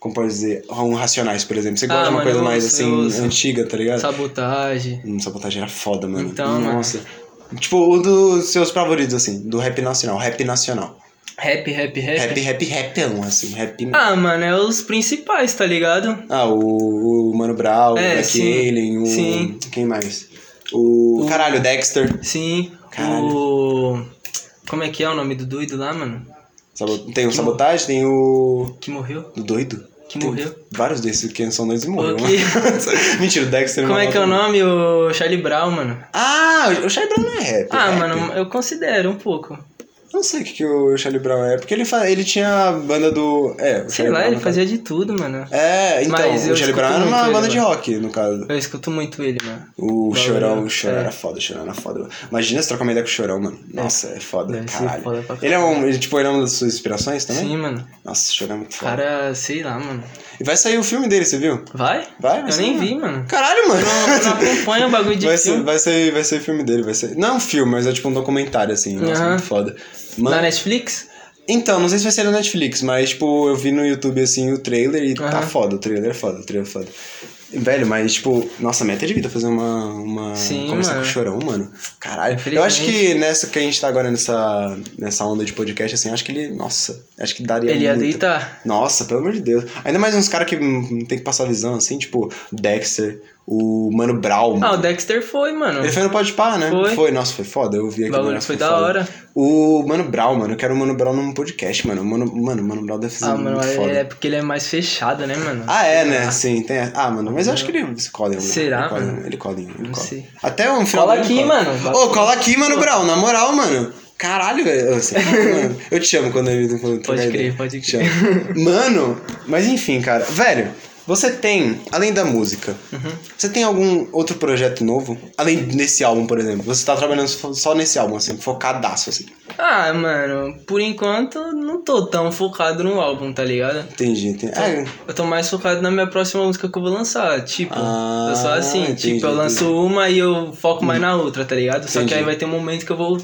como pode dizer, um Racionais, por exemplo. Você gosta
Ah,
de uma
mano,
coisa
eu
mais,
ouço,
assim,
eu ouço.
antiga, tá ligado?
Sabotagem.
Hum, sabotagem era foda, mano.
Então, mano.
Nossa. Tipo, um dos seus favoritos, assim, do rap nacional, rap nacional.
Rap, rap, rap.
Rap, rap, rapão, assim, rap... Ah,
Ah, mano, é os principais, tá ligado?
o, o Mano Brown,
É,
o Black
sim.
Alien, o...
Sim.
Quem mais? O...
O-
Caralho, Dexter.
Sim.
Caralho.
O. Como é que é o nome do doido lá, mano?
Sabo- Tem o Sabotagem, tem o.
Que morreu?
Do doido?
Que
Tem
morreu.
Vários desses que são doidos e morreu.
Ok.
né? Mentira, o Dexter
Como é que é o
não?
nome? O Charlie Brown, mano.
Ah, o Shai Brown não é rap. é
Ah,
rap.
mano, eu considero um pouco.
Eu Não não sei o que, que o Charlie Brown é, porque ele, fa... ele tinha a banda do. É, o
Sei
Charlie
lá,
Brown,
ele
no
fazia de tudo, mano.
caso. É, então,
Mas eu
o Charlie
escuto
Brown era
muito
uma
ele,
banda de
mano.
rock, no caso.
Eu escuto muito ele, mano.
O
Não,
Chorão,
é.
o Chorão era foda, o Chorão era foda. Imagina se trocar uma ideia com o Chorão, mano. Nossa, é foda,
Deve ser
caralho.
foda pra
ele é né? um. Ele, tipo, ele é uma das suas inspirações também?
Sim, mano.
Nossa, o Chorão é muito foda.
Cara, sei lá, mano.
E vai sair o filme dele, você viu?
Vai?
Vai, vai
Eu
sair,
nem
mano.
vi, mano.
Caralho, mano.
Eu não acompanho o bagulho de
Vai ser,
filme.
vai, ser, vai ser filme dele, vai ser. Não é um filme, mas é tipo um documentário, assim. Nossa,
Aham.
muito foda. Mano,
Na Netflix?
Então, não sei se vai ser na Netflix, mas, tipo, eu vi no YouTube, assim, o trailer e tá
Aham.
foda, o trailer é foda, o trailer é foda. Velho, mas, tipo, nossa, meta de vida fazer uma. uma
Sim,
conversar
mano.
com o chorão, mano. Caralho. Eu
Infelizmente.
acho que nessa que a gente tá agora nessa, nessa onda de podcast, assim, acho que ele. Nossa, acho que daria.
Ele ia
é muito.
deitar.
Nossa, pelo amor de Deus. Ainda mais uns caras que hum, tem que passar visão, assim, tipo, Dexter, o Mano Brown.
Ah, o Dexter foi, mano.
Ele foi no Pode Par, né?
Foi.
nossa, foi foda. Eu vi
O
aqui
bagulho
nossa,
foi da
foda.
hora.
O Mano Brown, mano, eu quero o Mano Brown num podcast, mano. O Mano, mano, o Mano Brown deve fazer
Ah,
muito
mano, é-
foda.
é porque ele é mais fechado, né, mano?
Ah, é, né? Sim, tem. Ah, mano, mas eu acho que ele se cola em algum
Será,
lugar. Ele cola,
mano?
em- ele cola em- ele
Não
cola.
sei.
Até um final.
Cola
do ano
aqui, mano.
Ô, cola aqui, Mano Brown, na moral, mano. Caralho, velho. Você- mano, Eu te chamo quando ele. Quando trocar
crer,
ideia.
pode
Te chamo. Mano, mas enfim, cara. Velho, você tem, além da música,
Uhum.
você tem algum outro projeto novo? Além desse álbum, por exemplo. Você tá trabalhando só só nesse álbum, assim, focadaço, assim.
Ah, mano, por enquanto não tô tão focado no álbum, tá ligado?
Entendi, entendi. É,
Eu tô mais focado na minha próxima música que eu vou lançar. Tipo,
Ah,
eu sou assim,
entendi,
tipo, eu lanço uma e eu foco mais na outra, tá ligado? Só
Entendi.
que aí vai ter um momento que eu vou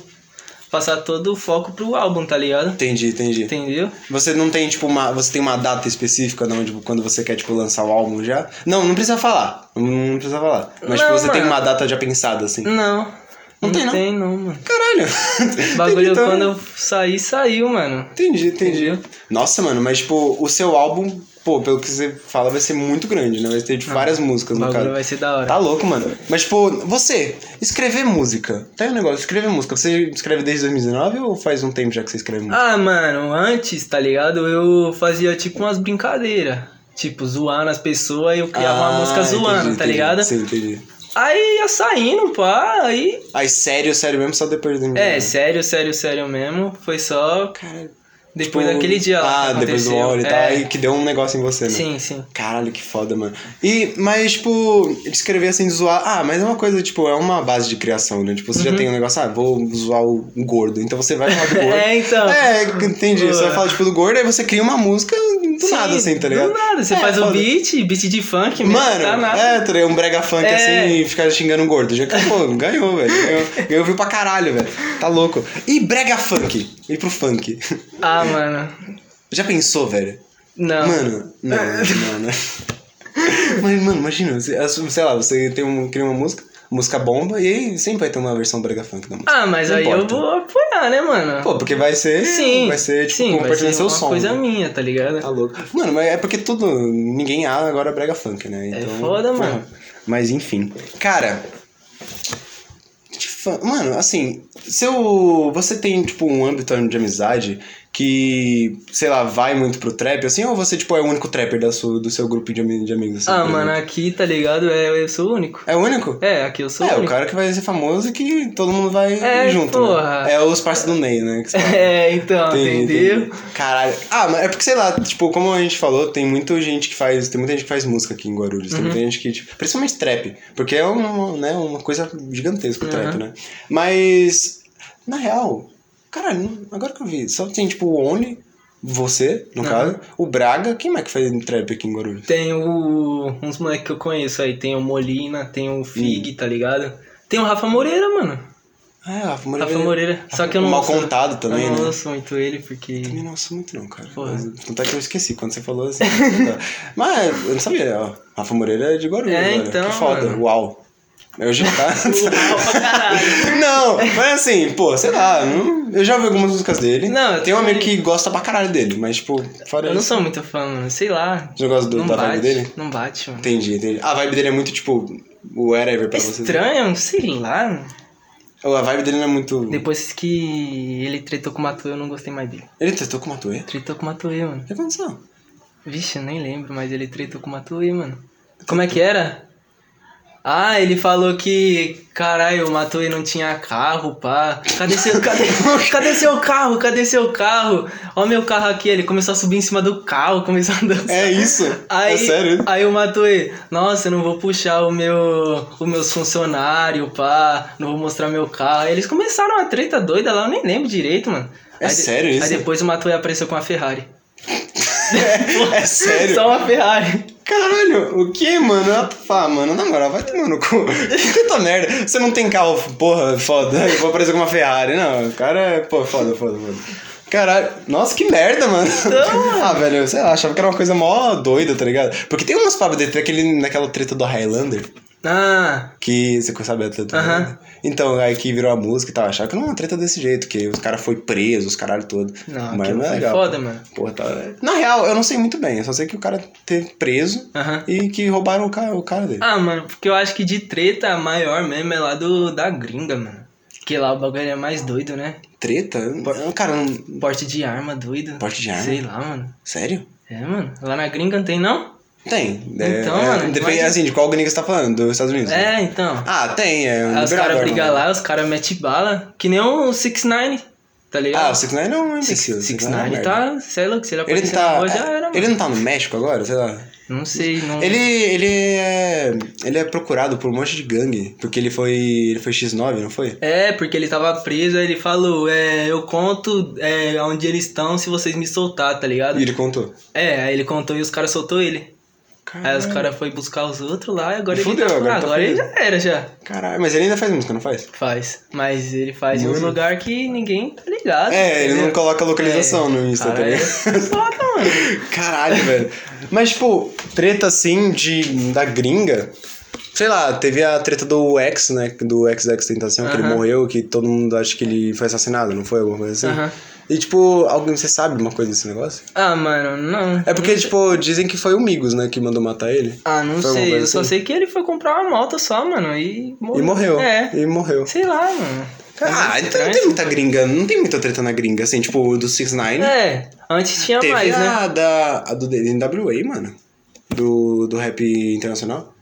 passar todo o foco pro álbum, tá ligado?
entendi, entendi.
Entendeu?
Você não tem, tipo, uma. Você tem uma data específica não, tipo, quando você quer, tipo, lançar o álbum já? Não, não precisa falar. Não, não precisa falar. Mas, tipo,
Não,
você tem
mano. Hum.
uma data já pensada, assim.
Não.
Não tem, não?
tem, não, mano.
Caralho!
O bagulho,
Então,
quando eu saí, saiu, mano.
Entendi, entendi.
Entendeu?
Nossa, mano, mas, tipo, o seu álbum, pô, pelo que você fala, vai ser muito grande, né? Vai ter, tipo, várias
O
músicas, no
Ah, bagulho
caso.
vai ser da hora.
Tá louco, mano. Mas, tipo, você, escrever música. Tem um negócio, escrever música. Você escreve desde 2019 ou faz um tempo já que você escreve música?
Ah, mano, antes, tá ligado? Eu fazia tipo umas brincadeiras. Tipo, zoando as pessoas e eu criava Ah, uma música
Ah, entendi,
zoando, tá
entendi.
ligado?
Sim, entendi.
Aí ia saindo, pá, aí.
Aí, sério, sério mesmo, só depois do
É, sério, sério, sério mesmo. Foi só
Caralho.
depois
Tipo,
daquele dia lá.
Ah,
que
depois do
aconteceu.
óleo e
é,
tal, aí que deu um negócio em você, né?
Sim, sim.
Caralho, que foda, mano. E, mas, tipo, de escrever assim, de zoar. Ah, mas é uma coisa, tipo, é uma base de criação, né? Tipo, você
Uhum.
já tem um negócio, ah, vou zoar o gordo. Então você vai falar do gordo.
É, então.
É, entendi. Você vai
Boa.
falar, tipo, do gordo, aí você cria uma música do
Sim,
nada, assim, tá ligado?
Do nada, você
É,
faz o
foda.
beat, beat de funk mesmo,
Mano,
tá nada.
é, tá ligado? um brega funk
É.
assim e ficar xingando um gordo. Já acabou, ganhou, velho. Ganhou, ganhou viu pra caralho, velho. Tá louco. E brega funk? E pro funk?
Ah, mano.
Já pensou, velho?
Não. É.
Mano, não, não, não. Mas, mano, imagina, você- sei lá, você tem um, cria uma música, música bomba, e aí sempre vai ter uma versão brega funk da música.
Ah, mas
Não
aí
importa.
eu vou apoiar, né, mano?
Pô, porque vai ser.
sim.
vai ser, tipo,
sim, vai
compartilhando
ser
seu
uma
som.
coisa
né?
minha, tá ligado?
Tá louco. Mano, mas é porque tudo. Ninguém há agora brega funk, né?
É
Então,
foda,
porra.
mano.
Mas enfim. Cara. de fã- Mano, assim, seu. Você tem, tipo, um âmbito de amizade que, sei lá, vai muito pro trap, assim, ou você, tipo, é o único trapper da sua, do seu grupo de, ami- de amigos? assim,
Ah,
por
mano,
exemplo?
aqui, tá ligado? É, eu sou o único.
É o único?
É, aqui eu sou
É,
o
o
único.
cara que vai ser famoso e que todo mundo vai
É,
junto.
porra.
Né? É os parceiros do Ney, né? que você fala.
É, então,
Entendi,
entendeu?
entendi. Caralho. Ah, mas é porque, sei lá, tipo, como a gente falou, tem muita gente que faz. Tem muita gente que faz música aqui em Guarulhos.
Uhum.
Tem muita gente que, tipo, principalmente trap. Porque é um, né, uma coisa gigantesca o trap,
Uhum.
né? Mas, na real, caralho, não- agora que eu vi, só tem, tipo, o Only, você, no
Uhum.
caso, o Braga, quem mais que faz trap aqui em Guarulhos?
Tem o, uns moleques que eu conheço aí. Tem o Molina, tem
Hum.
o Fig, tá ligado? Tem o Rafa Moreira, mano.
Ah, Rafa Moreira.
Rafa Moreira. Só que eu não
Mal
ouço-
contado também,
eu não
né?
ouço muito ele, porque...
Também não ouço muito, não, cara.
Porra.
Mas, Tanto é que eu esqueci quando você falou assim. Mas eu não sabia, ó. Rafa Moreira é de Guarulhos.
É,
olha.
então,
Que foda.
mano.
Uau. Eu já tá.
Uau, pra caralho.
não, mas assim, pô, sei lá. não- Eu já ouvi algumas músicas dele.
Não, eu
Tem um amigo
também-
que gosta pra caralho dele, mas, tipo, fora
Eu não
isso.
sou muito fã, mano. Sei lá.
Você não gosta do-
não
da
bate,
vibe dele?
Não bate, mano.
Entendi, entendi. A vibe dele é muito, tipo, whatever
É
pra você.
estranho, sei lá. mano.
A vibe dele não é muito.
Depois que ele tretou com o Matuê, eu não gostei mais dele.
Ele tentou com o Matuê? O
Tretou com o Matuê, mano.
que aconteceu?
Vixe, eu nem lembro, mas ele tretou com o Matuê, mano. Como é que era? Ah, ele falou que, caralho, o Matuê não tinha carro, pá. Cadê seu, cadê, cadê seu carro? Cadê seu carro? Ó meu carro aqui. Ele começou a subir em cima do carro, começou a dançar.
É isso.
Aí,
é sério.
Aí o Matuê, nossa, eu não vou puxar o meu, os meus funcionários, pá, não vou mostrar meu carro. Aí eles começaram uma treta doida lá, eu nem lembro direito, mano.
É
Aí de-
sério isso?
Aí depois o Matuê apareceu com a Ferrari.
É sério.
Só uma Ferrari.
Caralho, o que, mano? Ah, pá, mano, na moral, vai tomar no cu. Puta merda. Você não tem carro, porra, foda. Eu vou aparecer com uma Ferrari. Não, o cara é, pô, foda, foda, foda. Caralho, nossa, que merda, mano.
Então.
ah, velho, sei lá, achava que era uma coisa mó doida, tá ligado? Porque tem umas palavras dentro daquele, naquela treta do Highlander,
Ah,
que você sabe a treta do
Aham.
Highlander? Então, aí que virou a música e tal, achava que não era uma treta desse jeito, que os caras foi presos, os caralho todo.
não,
Mas
aquilo
não é
foi
legal.
foda, mano.
Porra, tá... Na real, eu não sei muito bem, eu só sei que o cara teve preso
Aham.
e que roubaram o cara, o cara dele.
Ah, mano, porque eu acho que de treta a maior mesmo é lá do, da gringa, mano. Que lá o bagulho é mais doido, né?
Treta? Eu- Cara, não...
Porte de arma doido.
Porte de arma?
Sei lá, mano.
sério?
É, mano. Lá na gringa não tem, não?
Tem. É,
Então,
é,
mano,
Depende,
imagina.
assim, de qual gringa você tá falando, dos Estados Unidos. né?
É, então.
Ah, tem, é um
Aí os caras
liberador,
brigam
mano.
lá, os caras metem bala. Que nem o 6ix9ine,
Ah,
tá
o
ligado?
Six Nine é um imbecil. Nine
Six
é uma
Nine
merda.
tá, sei lá, se
Ele não
ele aparecer na
tá.
rua, já era,
ele
mano.
não tá no México agora, sei lá.
Não sei, não...
Ele, ele é. Ele é procurado por um monte de gangue. Porque ele foi. Ele foi X9, não foi?
É, porque ele tava preso, aí ele falou, é, eu conto é, onde eles estão se vocês me soltar, tá ligado?
E ele contou.
É, aí ele contou e os caras soltou ele. Aí É, os
Ah.
caras foram buscar os outros lá e agora
Fudeu,
ele tá...
agora
ah,
tá
agora ele já
fudido.
era, já.
Caralho, mas ele ainda faz música, não faz?
Faz. Mas ele faz em
Muito.
um lugar que ninguém tá ligado.
É, ele
entendeu?
não coloca localização no Insta, tá
cara,
ligado?
é foda, mano.
Caralho, velho. Mas, tipo, treta assim de, da gringa. Sei lá, teve a treta do ex, né? Do ex da Tentação, que ele
Aham.
morreu, que todo mundo acha que ele foi assassinado, não foi? Alguma coisa assim.
Aham.
E, tipo, alguém, você sabe uma coisa desse negócio?
Ah, mano, não.
É porque, tipo, dizem que foi o Migos, né? Que mandou matar ele.
Ah, não
Foi alguma
sei.
coisa
Eu só
assim?
sei que ele foi comprar uma moto só, mano, e morreu.
E morreu.
É.
E morreu.
Sei lá, mano.
Ah,
É muito
então não
estranho.
tem muita gringa, não tem muita treta na gringa, assim, tipo, do 6 9
É, antes tinha
Teve
mais, né?
a da a do NWA, mano. Do, do rap internacional.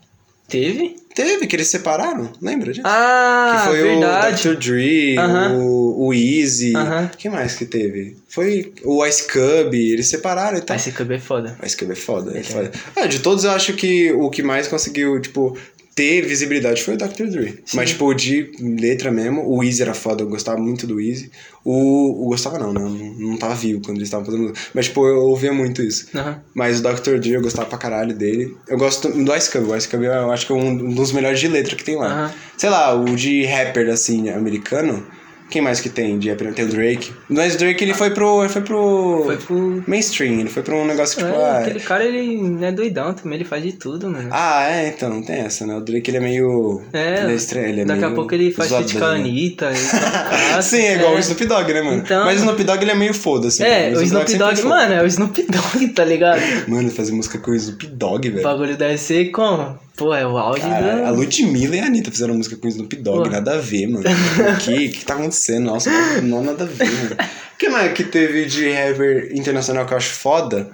Teve?
Teve, que eles separaram, lembra disso?
Ah,
Que foi
verdade.
o Dr. Dre,
Aham.
o, o Easy.
Aham.
Quem mais que teve? Foi o Ice Cub, eles separaram e tal.
Mas esse clube é foda.
O Ice Cub é foda, é foda. É, de todos eu acho que o que mais conseguiu, tipo, ter visibilidade foi o Dr. Dre.
Sim.
Mas, tipo, de letra mesmo, o Easy era foda, eu gostava muito do Easy. O. o gostava não, né? Eu não, não tava vivo quando eles estavam fazendo. Mas, tipo, eu ouvia muito isso.
Aham.
Mas o Dr. Dre eu gostava pra caralho dele. Eu gosto do Ice Cub. O Ice Cub eu acho que é um dos melhores de letra que tem lá.
Aham.
Sei lá, o de rapper, assim, americano. Quem mais que tem de rapper? Tem o Drake. Mas o Drake, ele foi pro... Ele foi pro...
Foi pro.
Mainstream. Ele foi pra um negócio, tipo...
É,
ah,
aquele cara, ele não é doidão também, ele faz de tudo, mano.
ah, é, então, tem essa, né? O Drake, ele é meio...
É,
ele é estranho, ele é
daqui a
meio
pouco ele faz
zoadão,
feat com a
né?
Anitta. ele faz-
Sim, é igual o Snoop Dogg, né, mano?
Então-
Mas o Snoop Dogg, ele é meio foda-se.
É,
mano.
o Snoop
sempre
Dogg,
foi
mano, é o Snoop Dogg, tá ligado?
foda. Mano, fazer música com o Snoop Dogg,
O
velho.
bagulho deve ser como? Pô, é o auge
Caralho, a
do.
Ludmilla e a Anitta fizeram música com o Snoop Dogg,
Pô.
nada a ver, mano. O que, que tá acontecendo? Nossa, não, não nada a ver, mano. O que mais que teve de rapper internacional que eu acho foda?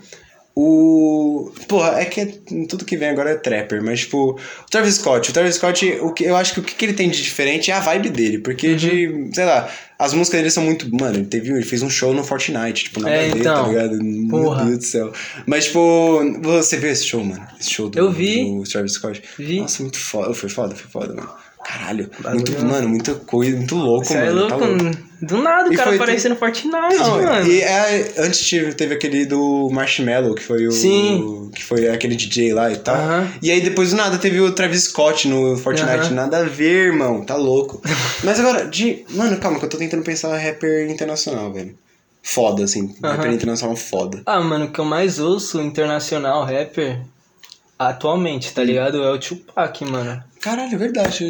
O. Porra, é que é- tudo que vem agora é trapper, mas tipo, o Travis Scott. O Travis Scott, o que, eu acho que o que, que ele tem de diferente é a vibe dele, porque de. Sei lá, as músicas dele são muito. Mano, ele, teve, ele fez um show no Fortnite, tipo, na
É, então.
tá ligado?
Porra.
Meu Deus do céu. Mas, tipo, você viu esse show, mano? Esse show do,
Eu vi.
do Travis Scott.
Vi.
Nossa, muito foda. Foi foda, foi foda, mano. Caralho.
Bagulho.
Muito, mano, muita coisa, muito louco,
Você
mano.
é
tá
louco? Do nada
E
o cara
foi
aparecendo no Fortnite,
Não,
mano.
e é, antes tive- teve aquele do Marshmallow, que foi o.
Sim.
Que foi aquele DJ lá e tal.
Aham.
E aí depois do nada teve o Travis Scott no Fortnite.
Aham.
Nada a ver, irmão. Tá louco. Mas agora, de. Mano, calma, que eu tô tentando pensar rapper internacional, velho. Foda, assim.
Aham.
Rapper internacional foda.
Ah, mano, o que eu mais ouço internacional rapper atualmente, tá ligado? É o Tupac, mano.
Caralho, é verdade. Eu,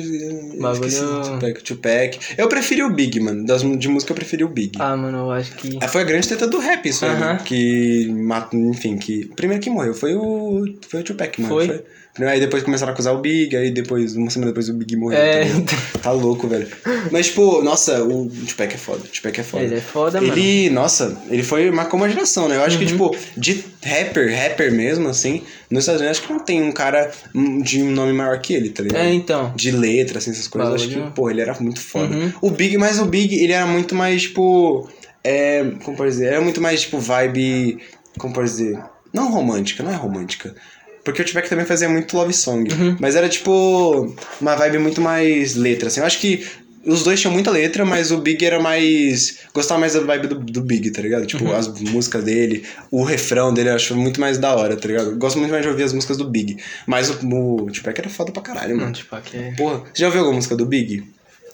eu
Bagulho- é um
esqueci do Tupac, Tupac. Eu preferi o Big, mano. Das, de música eu preferi o Big.
Ah, mano, eu acho que.
É, Foi a grande treta do rap, isso aí,
Aham.
né? Que mata, enfim, que. Primeiro que morreu foi o. Foi o Tupac, mano.
Foi.
Aí depois começaram a acusar o Big, aí depois, uma semana depois o Big morreu.
É,
também. Tá louco, velho. Mas, tipo, nossa, o Tupac é foda. O Tupac é foda.
Ele é foda, Uhum. mano.
Ele, nossa, ele foi, marcou uma geração, né? Eu acho que, tipo, de rapper, rapper mesmo, assim, nos Estados Unidos, acho que não tem um cara hum, de um nome maior que ele, tá ligado?
É, então.
de letra, assim, essas coisas. eu Acho
Valeu.
que, pô, ele era muito foda.
Uhum.
O Big, mas o Big, ele era muito mais, tipo. É, como pode dizer? Era muito mais, tipo, vibe. Como pode dizer? Não romântica, não é romântica. Porque o Tupac também fazia muito love song.
Uhum.
Mas era, tipo, uma vibe muito mais letra, assim. Eu acho que os dois tinham muita letra, mas o Big era mais. Gostava mais da vibe do, do Big, tá ligado? Tipo, as músicas dele, o refrão dele eu acho muito mais da hora, tá ligado? Eu Gosto muito mais de ouvir as músicas do Big. Mas o, o Tupac era foda pra caralho, mano.
Não, tipo, aqui é...
Porra, você já ouviu alguma música do Big?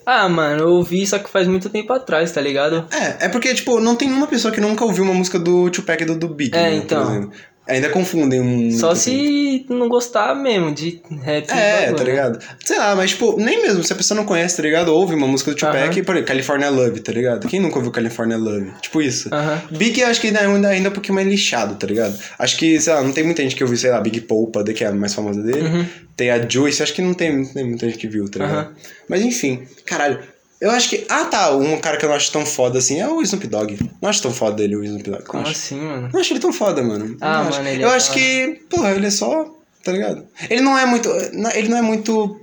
Ah, mano, eu ouvi, só que faz muito tempo atrás, tá ligado?
É, é porque, tipo, não tem nenhuma pessoa que nunca ouviu uma música do Tupac e do, do Big.
É,
né,
então.
por exemplo. Ainda confundem um.
Só se não gostar mesmo de rap.
É,
bagulho,
tá
né?
ligado? Sei lá, mas, tipo, nem mesmo se a pessoa não conhece, tá ligado? Ouve uma música do Tupac
Aham.
e, por exemplo, California Love, tá ligado? Quem nunca ouviu California Love? Tipo isso.
Aham.
Big eu acho que ainda, ainda, ainda é um pouquinho mais lixado, tá ligado? Acho que, sei lá, não tem muita gente que ouviu, sei lá, Big Poupa, que é a mais famosa dele.
Uhum.
Tem a Juice, acho que não tem, tem muita gente que viu, tá ligado?
Aham.
Mas enfim, caralho. Eu acho que. Ah tá, um cara que eu não acho tão foda assim é o Snoop Dogg. Não acho tão foda ele, o Snoop Dogg. Não
Como
acho,
assim, mano?
não acho ele tão foda, mano.
Ah,
não acho.
mano, ele é
Eu acho
foda.
que. Porra, ele é só. Tá ligado? Ele não é muito. não- Ele não é muito.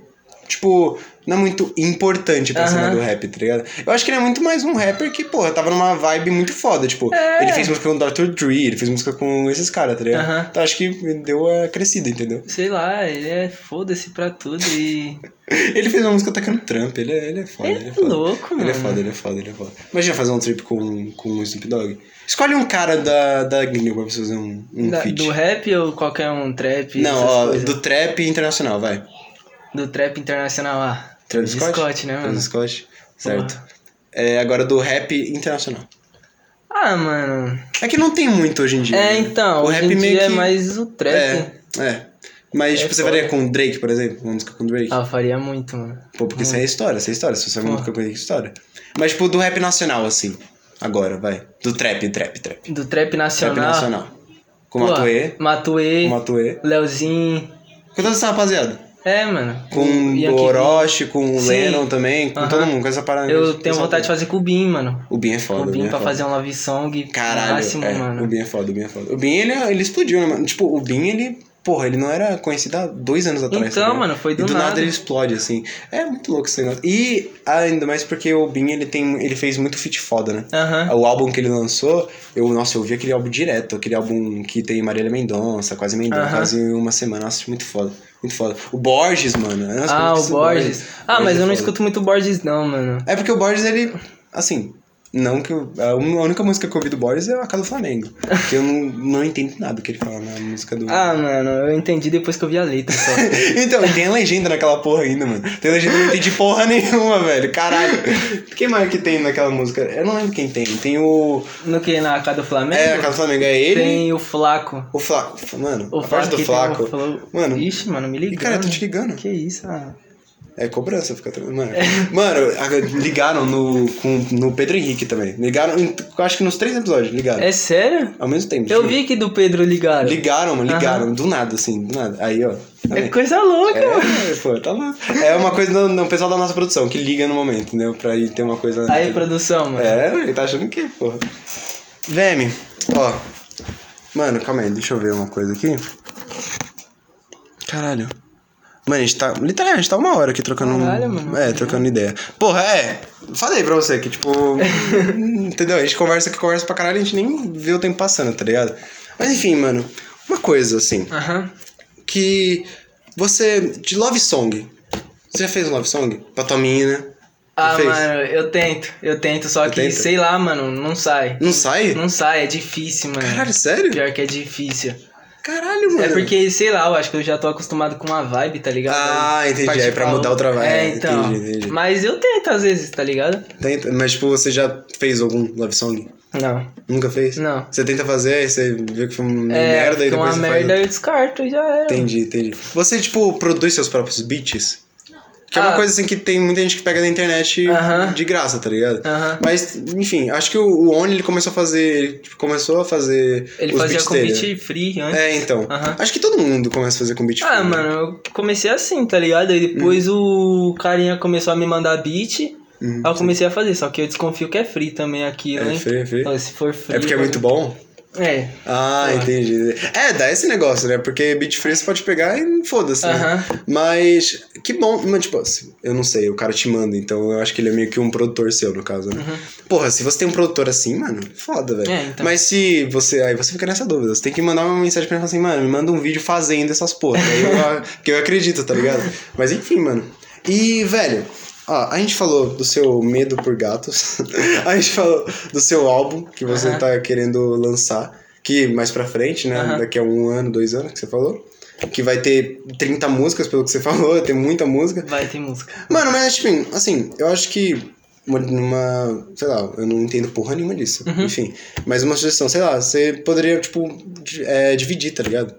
Tipo, não é muito importante pra cena
Aham.
do rap, tá ligado? Eu acho que ele é muito mais um rapper que, porra, tava numa vibe muito foda. Tipo,
É.
ele fez música com o Dr. Dre, ele fez música com esses caras, tá ligado?
Aham.
Então acho que deu a crescida, entendeu?
Sei lá, ele é foda-se pra tudo e.
Ele fez uma música atacando Trump, ele é, ele é foda.
Ele é
foda.
louco,
Ele é
mano.
foda, ele é foda, ele é foda. Imagina fazer um trip com, com o Snoop Dogg. Escolhe um cara da, da gringa pra você fazer um, um
Da-
feat.
do rap ou qualquer um trap?
Não,
essas
ó,
coisas?
do trap internacional, vai.
Do trap internacional lá.
Travis
De
Scott?
né, mano?
Travis Scott, certo.
Porra.
É, agora do rap internacional.
Ah, mano.
É que não tem muito hoje em dia.
É,
né?
então, hoje em dia é mais o trap.
É, é. Mas,
É
tipo, você
foda.
faria com Drake, por exemplo? Uma música com Drake?
Ah, eu faria muito, mano.
Pô, porque isso aí é história, isso é história. Se você é uma
Pô.
música com Drake, é história. Mas, tipo, do rap nacional, assim. Agora, vai. Do trap, trap, trap.
Do trap nacional.
Trap nacional. Com
Pô,
Matuê.
Matuê.
Com Matuê.
Leozinho.
Com toda essa rapaziada.
É, mano.
Com
O Yankee
o Orochi, com o
Sim.
Lennon também, com
Aham.
todo mundo, com essa parada.
Beat. Eu tenho vontade de fazer com o Bin, mano.
fazer. O Bin é foda,
o Bin
é
pra
foda.
fazer um love song.
Caralho,
máximo,
é,
mano.
o Bin é foda, o Bin é foda. O Bin, ele, ele explodiu, né, mano? Tipo, o Bin, ele... Porra, ele não era conhecido há dois anos atrás. tá
Então,
ligado?
mano, foi do
e do nada.
nada.
ele explode, assim. É muito louco esse negócio. E ainda mais porque o Bin, ele, tem, ele fez muito feat foda, né?
Aham.
O álbum que ele lançou, eu, nossa, eu vi aquele álbum direto, aquele álbum que tem Marília Mendonça, quase Mendonça,
Aham.
quase uma semana, nossa, muito foda, muito foda. O Borges, mano. é nossa,
Ah,
como
o
que
Borges. Ah, mas
Borges é
eu não
foda.
escuto muito Borges, não, mano.
É porque o Borges, ele, assim, não que eu, a un- a única música que eu ouvi do Borges é a Casa do Flamengo, que eu não, não entendo nada do que ele fala na música do...
Ah, mano, eu entendi depois que eu vi a letra só.
Então, e tem a legenda naquela porra ainda, mano. Tem a legenda que eu não entendi porra nenhuma, velho. Caralho. Quem mais que tem naquela música? Eu não lembro quem tem. Tem o.
No que? Na cara do Flamengo?
É, a Casa do Flamengo é ele.
Tem o Flaco.
O Flaco, mano,
O
a parte do
Flaco que tem
Flaco.
o Flo-
Mano,
Ixi, mano, me
e
ligando.
cara, eu tô te ligando.
Que isso, ah.
É cobrança, fica tranquilo. Mano,
É.
mano a- ligaram no, com, no Pedro Henrique também. Ligaram, em- eu acho que nos três episódios, ligaram.
É sério?
Ao mesmo tempo.
Eu
juro.
vi que do Pedro ligaram.
Ligaram, mano,
Aham.
ligaram. Do nada, assim, do nada. Aí, ó. tá
É né?
vendo?
coisa louca, mano.
É, pô, tá louco. É uma coisa do, do pessoal da nossa produção, que liga no momento, entendeu? Pra ir ter uma coisa...
Aí, produção, mano.
É, ele tá achando que, porra. Veme, ó. Mano, calma aí, deixa eu ver uma coisa aqui. Caralho. Mano, a gente tá. Literalmente, a gente tá uma hora aqui trocando.
Caralho, mano.
É, trocando ideia. Porra, é. Falei pra você que, tipo. entendeu? A gente conversa que conversa pra caralho, a gente nem vê o tempo passando, tá ligado? Mas enfim, mano. Uma coisa, assim.
Aham.
Que. Você. De love song. Você já fez um love song? Pra tua mina?
Ah,
fez?
mano, eu tento, eu tento, só que
tenta?
sei lá, mano, não sai.
Não sai?
Não sai, é difícil, mano.
Caralho, sério?
Pior que é difícil.
Caralho, mano.
É porque, sei lá, eu acho que eu já tô acostumado com uma vibe, tá ligado?
Ah,
Aí,
entendi,
partir
aí pra mudar
outra-
outra vibe.
É, então.
Entendi, entendi.
Mas eu tento às vezes, tá ligado?
Tenta- mas, tipo, você já fez algum love song?
Não.
Nunca fez?
Não.
Você tenta fazer, aí você vê que foi uma
é,
merda e
porque
depois
uma
você
merda
faz...
eu descarto e já era.
Entendi, entendi. Você, tipo, produz seus próprios beats? Que é uma
Ah.
coisa, assim, que tem muita gente que pega na internet
Aham.
de graça, tá ligado?
Aham.
Mas, enfim, acho que o, o Oni, ele começou a fazer... Ele tipo, começou a fazer
Ele
os
fazia
beats
com
dele.
beat free antes.
É, então.
Aham.
Acho que todo mundo começa a fazer com beat
Ah,
free, né?
mano, eu comecei assim, tá ligado? Aí depois
Hum.
o carinha começou a me mandar beat.
Uhum.
aí eu comecei a fazer, só que eu desconfio que é free também aquilo,
É
hein?
free, é free.
Então, se for free.
É porque é
mano-
muito bom?
É.
Ah,
Ah.
entendi. É, dá esse negócio, né? Porque beat free você pode pegar e foda-se, né?
Aham.
Mas que bom, mas tipo, assim, eu não sei, o cara te manda, então eu acho que ele é meio que um produtor seu, no caso, né?
Uhum.
Porra, se você tem um produtor assim, mano, foda, velho.
É, então.
Mas se você. Aí você fica nessa dúvida. Você tem que mandar uma mensagem pra ele e falar assim, mano, me manda um vídeo fazendo essas porras. Aí eu, que eu acredito, tá ligado? Mas enfim, mano. E, velho, ó, a gente falou do seu medo por gatos. a gente falou do seu álbum que você
Aham.
tá querendo lançar. Que mais pra frente, né?
Aham.
Daqui a um ano, dois anos que você falou. Que vai ter 30 músicas, pelo que você falou, vai ter muita música.
Vai ter música.
Mano, mas tipo, assim, eu acho que uma, numa- sei lá, eu não entendo porra nenhuma disso.
Uhum.
Enfim, mas uma sugestão, sei lá, você poderia tipo di- é, dividir, tá ligado?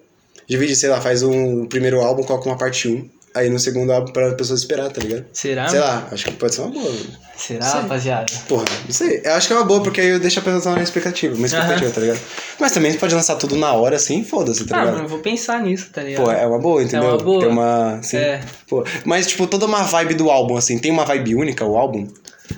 Divide, sei lá, faz um primeiro álbum, coloca uma parte 1, aí no segundo álbum pra pessoas esperar, tá ligado?
Será?
Sei lá, acho que pode ser uma boa. mano.
Será,
Sei.
rapaziada?
Porra, não sei. Eu acho que é uma boa, porque aí eu deixo a pessoa na expectativa, uma expectativa,
Aham.
tá ligado? Mas também você pode lançar tudo na hora, assim, foda-se, tá
ah,
ligado?
mano, eu vou pensar nisso, tá ligado?
Pô, é uma boa, entendeu?
uma boa.
Tem uma. Sim.
É.
Pô, mas, tipo, toda uma vibe do álbum, assim, tem uma vibe única o álbum?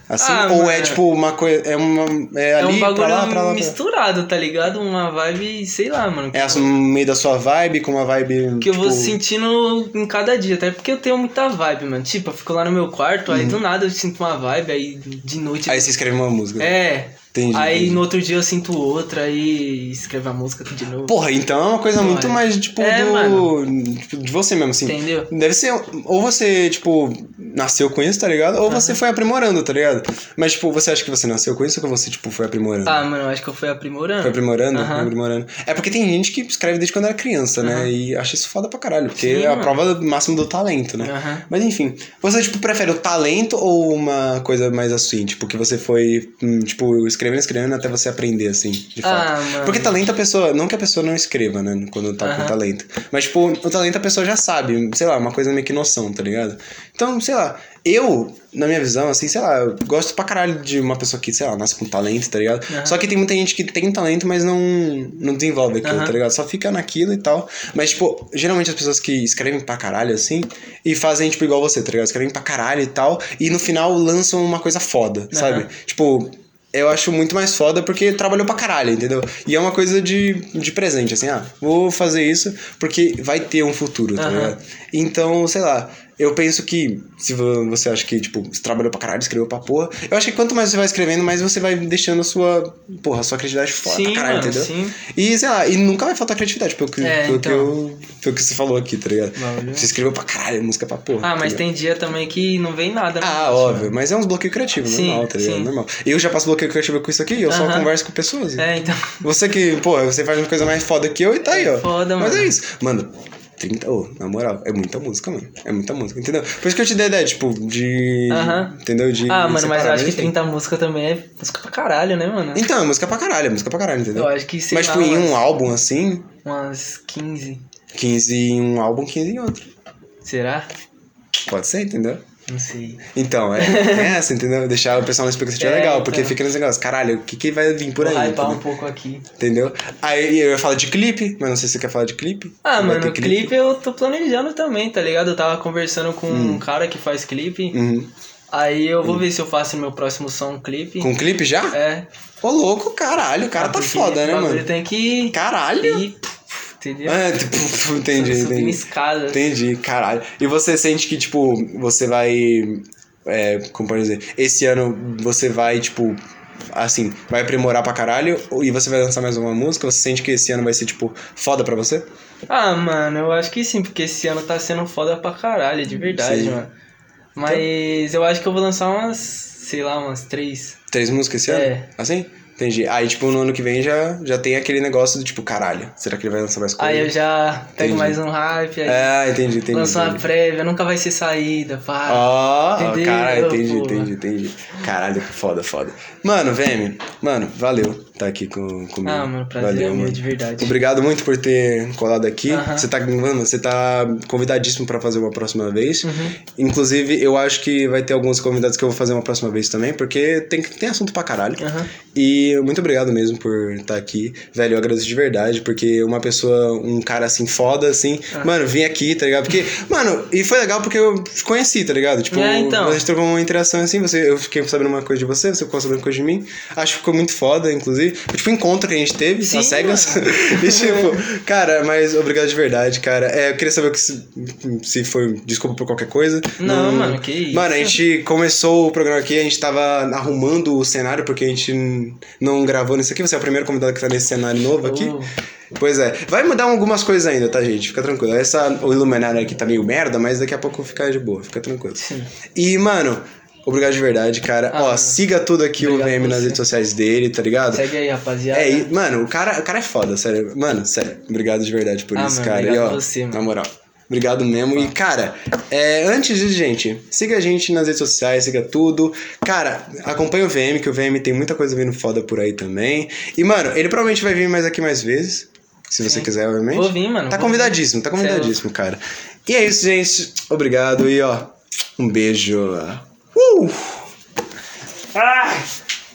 Assim?
Ah,
ou é,
mano.
tipo, uma coisa. É uma. É
É
ali,
um bagulho
pra lá, pra lá. Pra... lá.
misturado, tá ligado? Uma vibe, sei lá, mano.
É assim, no meio da sua vibe, com uma vibe.
Que eu vou
tipo,
sentindo em cada dia, até porque eu tenho muita vibe, mano. Tipo, eu fico lá no meu quarto, aí do nada eu sinto uma vibe, aí de noite.
Uhum. Aí você escreve uma música.
É.
Entendi.
Aí
entendi.
no outro dia eu sinto outra, aí escrevo a música de novo.
Porra, então é uma coisa muito
Olha.
mais, tipo,
É,
do.
mano.
tipo, de você mesmo, assim.
Entendeu?
Deve ser. Ou você, tipo, nasceu com isso, tá ligado? Ou você foi aprimorando, tá ligado? Mas, tipo, você acha que você nasceu com isso ou que você, tipo, foi aprimorando?
Ah, mano, eu acho que eu fui aprimorando.
Foi aprimorando?
Aham.
foi aprimorando. É porque tem gente que escreve desde quando era criança, né? E acha isso foda pra caralho, porque
Sim,
é a
mano. É.
prova máxima do talento, né?
Aham.
Mas enfim, você, tipo, prefere o talento ou uma coisa mais assim? Tipo, que você foi, hum, tipo, escrevendo, escrevendo até você aprender, assim, de fato.
Ah, mano.
Porque talento a pessoa. Não que a pessoa não escreva, né? Quando tá com
Aham.
talento. Mas, tipo, o talento a pessoa já sabe. Sei lá, uma coisa meio que noção, tá ligado? Então, sei lá. Eu, na minha visão, assim, sei lá, eu gosto pra caralho de uma pessoa que, sei lá, nasce com talento, tá ligado?
Aham.
Só que tem muita gente que tem talento, mas não, não desenvolve aquilo,
Aham.
tá ligado? Só fica naquilo e tal. Mas, tipo, geralmente as pessoas que escrevem pra caralho, assim, e fazem, tipo, igual você, tá ligado? Escrevem pra caralho e tal, e no final lançam uma coisa foda, sabe? Tipo, eu acho muito mais foda porque trabalhou pra caralho, entendeu? E é uma coisa de, de presente, assim, ah, vou fazer isso porque vai ter um futuro, tá
Aham.
ligado? Então, sei lá, eu penso que se vo- você acha que, tipo, você trabalhou pra caralho, escreveu pra porra, eu acho que quanto mais você vai escrevendo, mais você vai deixando a sua, porra, a sua criatividade fora tá pra
Sim,
caralho,
mano,
entendeu?
sim.
E, sei lá, e nunca vai faltar criatividade, pelo que,
É,
pelo
então.
que eu. Pelo que você falou aqui, tá ligado?
Valeu.
Você escreveu pra caralho música pra porra.
Ah,
tá
mas
ligado?
tem dia também que não vem nada. né?
Ah, óbvio, mas é uns bloqueios criativos,
Sim,
normal, tá ligado?
sim.
Normal. Eu já passo bloqueio criativo com isso aqui, eu só
Aham.
converso com pessoas.
É, então.
Você que, pô, você faz uma coisa mais foda que eu e tá aí, ó.
Foda,
Mas
mano.
é isso. Mano, 30, ô, na moral, é muita música, mano. É muita música, entendeu? Por isso que eu te dei a ideia, tipo, de.
Aham.
Entendeu? De.
Ah, mano, mas
separar,
eu acho que
enfim.
30 música também é música pra caralho, né, mano?
Então, é música pra caralho, é música pra caralho, entendeu?
Eu acho que sei
Mas,
lá,
tipo, em um
umas-
álbum assim,
Umas 15.
15 em um álbum, 15 em outro.
Será?
Pode ser, entendeu?
Não sei.
Então, é, é essa, entendeu? Deixar o pessoal na expectativa é
É,
legal, porque
então.
fica nesse negócio, caralho, o que, que vai vir por
Vou
aí?
hypar
entendeu?
um pouco aqui.
Entendeu? Aí eu ia falar de clipe, mas não sei se você quer falar de clipe.
Ah,
Vai
mano,
ter
o clipe eu tô planejando também, tá ligado? Eu tava conversando com
Hum.
um cara que faz clipe.
Uhum.
Aí eu vou ver se eu faço no meu próximo som um clipe.
Com clipe já?
É.
Ô, louco, caralho, o cara tá
Ah, porque
foda, né,
o bagulho
mano?
tem que
Caralho!
ir, pff, entendeu?
Ah, tipo, entendi,
Subindo
entendi.
escada.
Entendi, caralho. E você sente que, tipo, você vai. É, como pode dizer? Esse ano você vai, tipo. Assim, vai aprimorar pra caralho ou- e você vai lançar mais uma música? Você sente que esse ano vai ser, tipo, foda pra você?
Ah, mano, eu acho que sim, porque esse ano tá sendo foda pra caralho, de verdade,
Sim.
mano. Mas eu acho que eu vou lançar umas, sei lá, umas três.
Três músicas esse ano?
É.
Assim? Entendi. Aí, tipo, no ano que vem já, já tem aquele negócio do tipo, caralho, será que ele vai lançar mais coisa?
Aí eu já pego
Entendi.
mais um hype, aí
Ah, entendi, entendi.
lanço uma
entendi.
prévia, nunca vai ser saída,
Ah,
pá.
Ó,
Entendeu,
caralho, entendi,
porra.
entendi, entendi. Caralho, foda, foda. Mano, VM, mano, valeu tá aqui com, comigo.
Ah, mano, prazer é
valeu,
meu,
mano.
de verdade.
Obrigado muito por ter colado aqui.
Aham.
Você tá, mano, você tá convidadíssimo pra fazer uma próxima vez.
Hum. Uhum,
Inclusive, eu acho que vai ter alguns convidados que eu vou fazer uma próxima vez também, porque tem, tem assunto pra caralho.
Aham.
E muito obrigado mesmo por estar aqui. Velho, eu agradeço de verdade, porque uma pessoa, um cara assim foda, assim,
Ah.
mano, vim aqui, tá ligado? Porque, mano, e foi legal porque eu te conheci, tá ligado? Tipo,
É, então.
a gente trocou uma interação assim, você, eu fiquei sabendo uma coisa de você, você ficou sabendo coisa de mim. Acho que ficou muito foda, inclusive. teve. Foi, tipo, um encontro que a gente teve,
Sim,
nas cegas. e tipo, cara, mas obrigado de verdade, cara. É, eu queria saber o que se, se foi desculpa por qualquer coisa.
Não, mano, que isso.
Mano, é a gente começou o programa aqui, a gente tava arrumando o cenário, porque a gente n- não gravou nisso aqui. Você é o primeiro convidado que tá nesse cenário novo aqui.
Oh.
Pois é. Vai mudar algumas coisas ainda, tá, gente? Fica tranquilo. Essa, o iluminário aqui tá meio merda, mas daqui a pouco fica de boa. Fica tranquilo.
Sim.
E, mano, obrigado de verdade, cara.
Ah,
Ó,
mano.
siga tudo aqui o
Obrigado
VM nas
você.
redes sociais dele, tá ligado?
Segue aí, rapaziada.
É, e, mano, o cara, o cara é foda, sério. Mano, sério, obrigado de verdade por
Ah,
isso,
mano,
cara.
obrigado
e, ó,
a você, mano.
Na moral. Obrigado mesmo. E, cara, é, antes disso, gente, siga a gente nas redes sociais, siga tudo. Cara, acompanha o VM, que o VM tem muita coisa vindo foda por aí também. E, mano, ele provavelmente vai vir mais aqui mais vezes. Se você quiser, obviamente.
Vou vir, mano.
Tá
vou vir.
convidadíssimo, tá
Cê é louco.
convidadíssimo, cara. E é isso, gente. Obrigado e, ó, um beijo. Uh! Ah!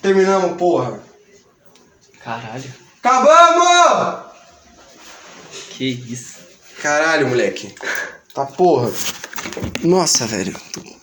Terminamos, porra.
Caralho,
Acabamos!
que isso.
Caralho, moleque. Tá porra. Nossa, velho. Tô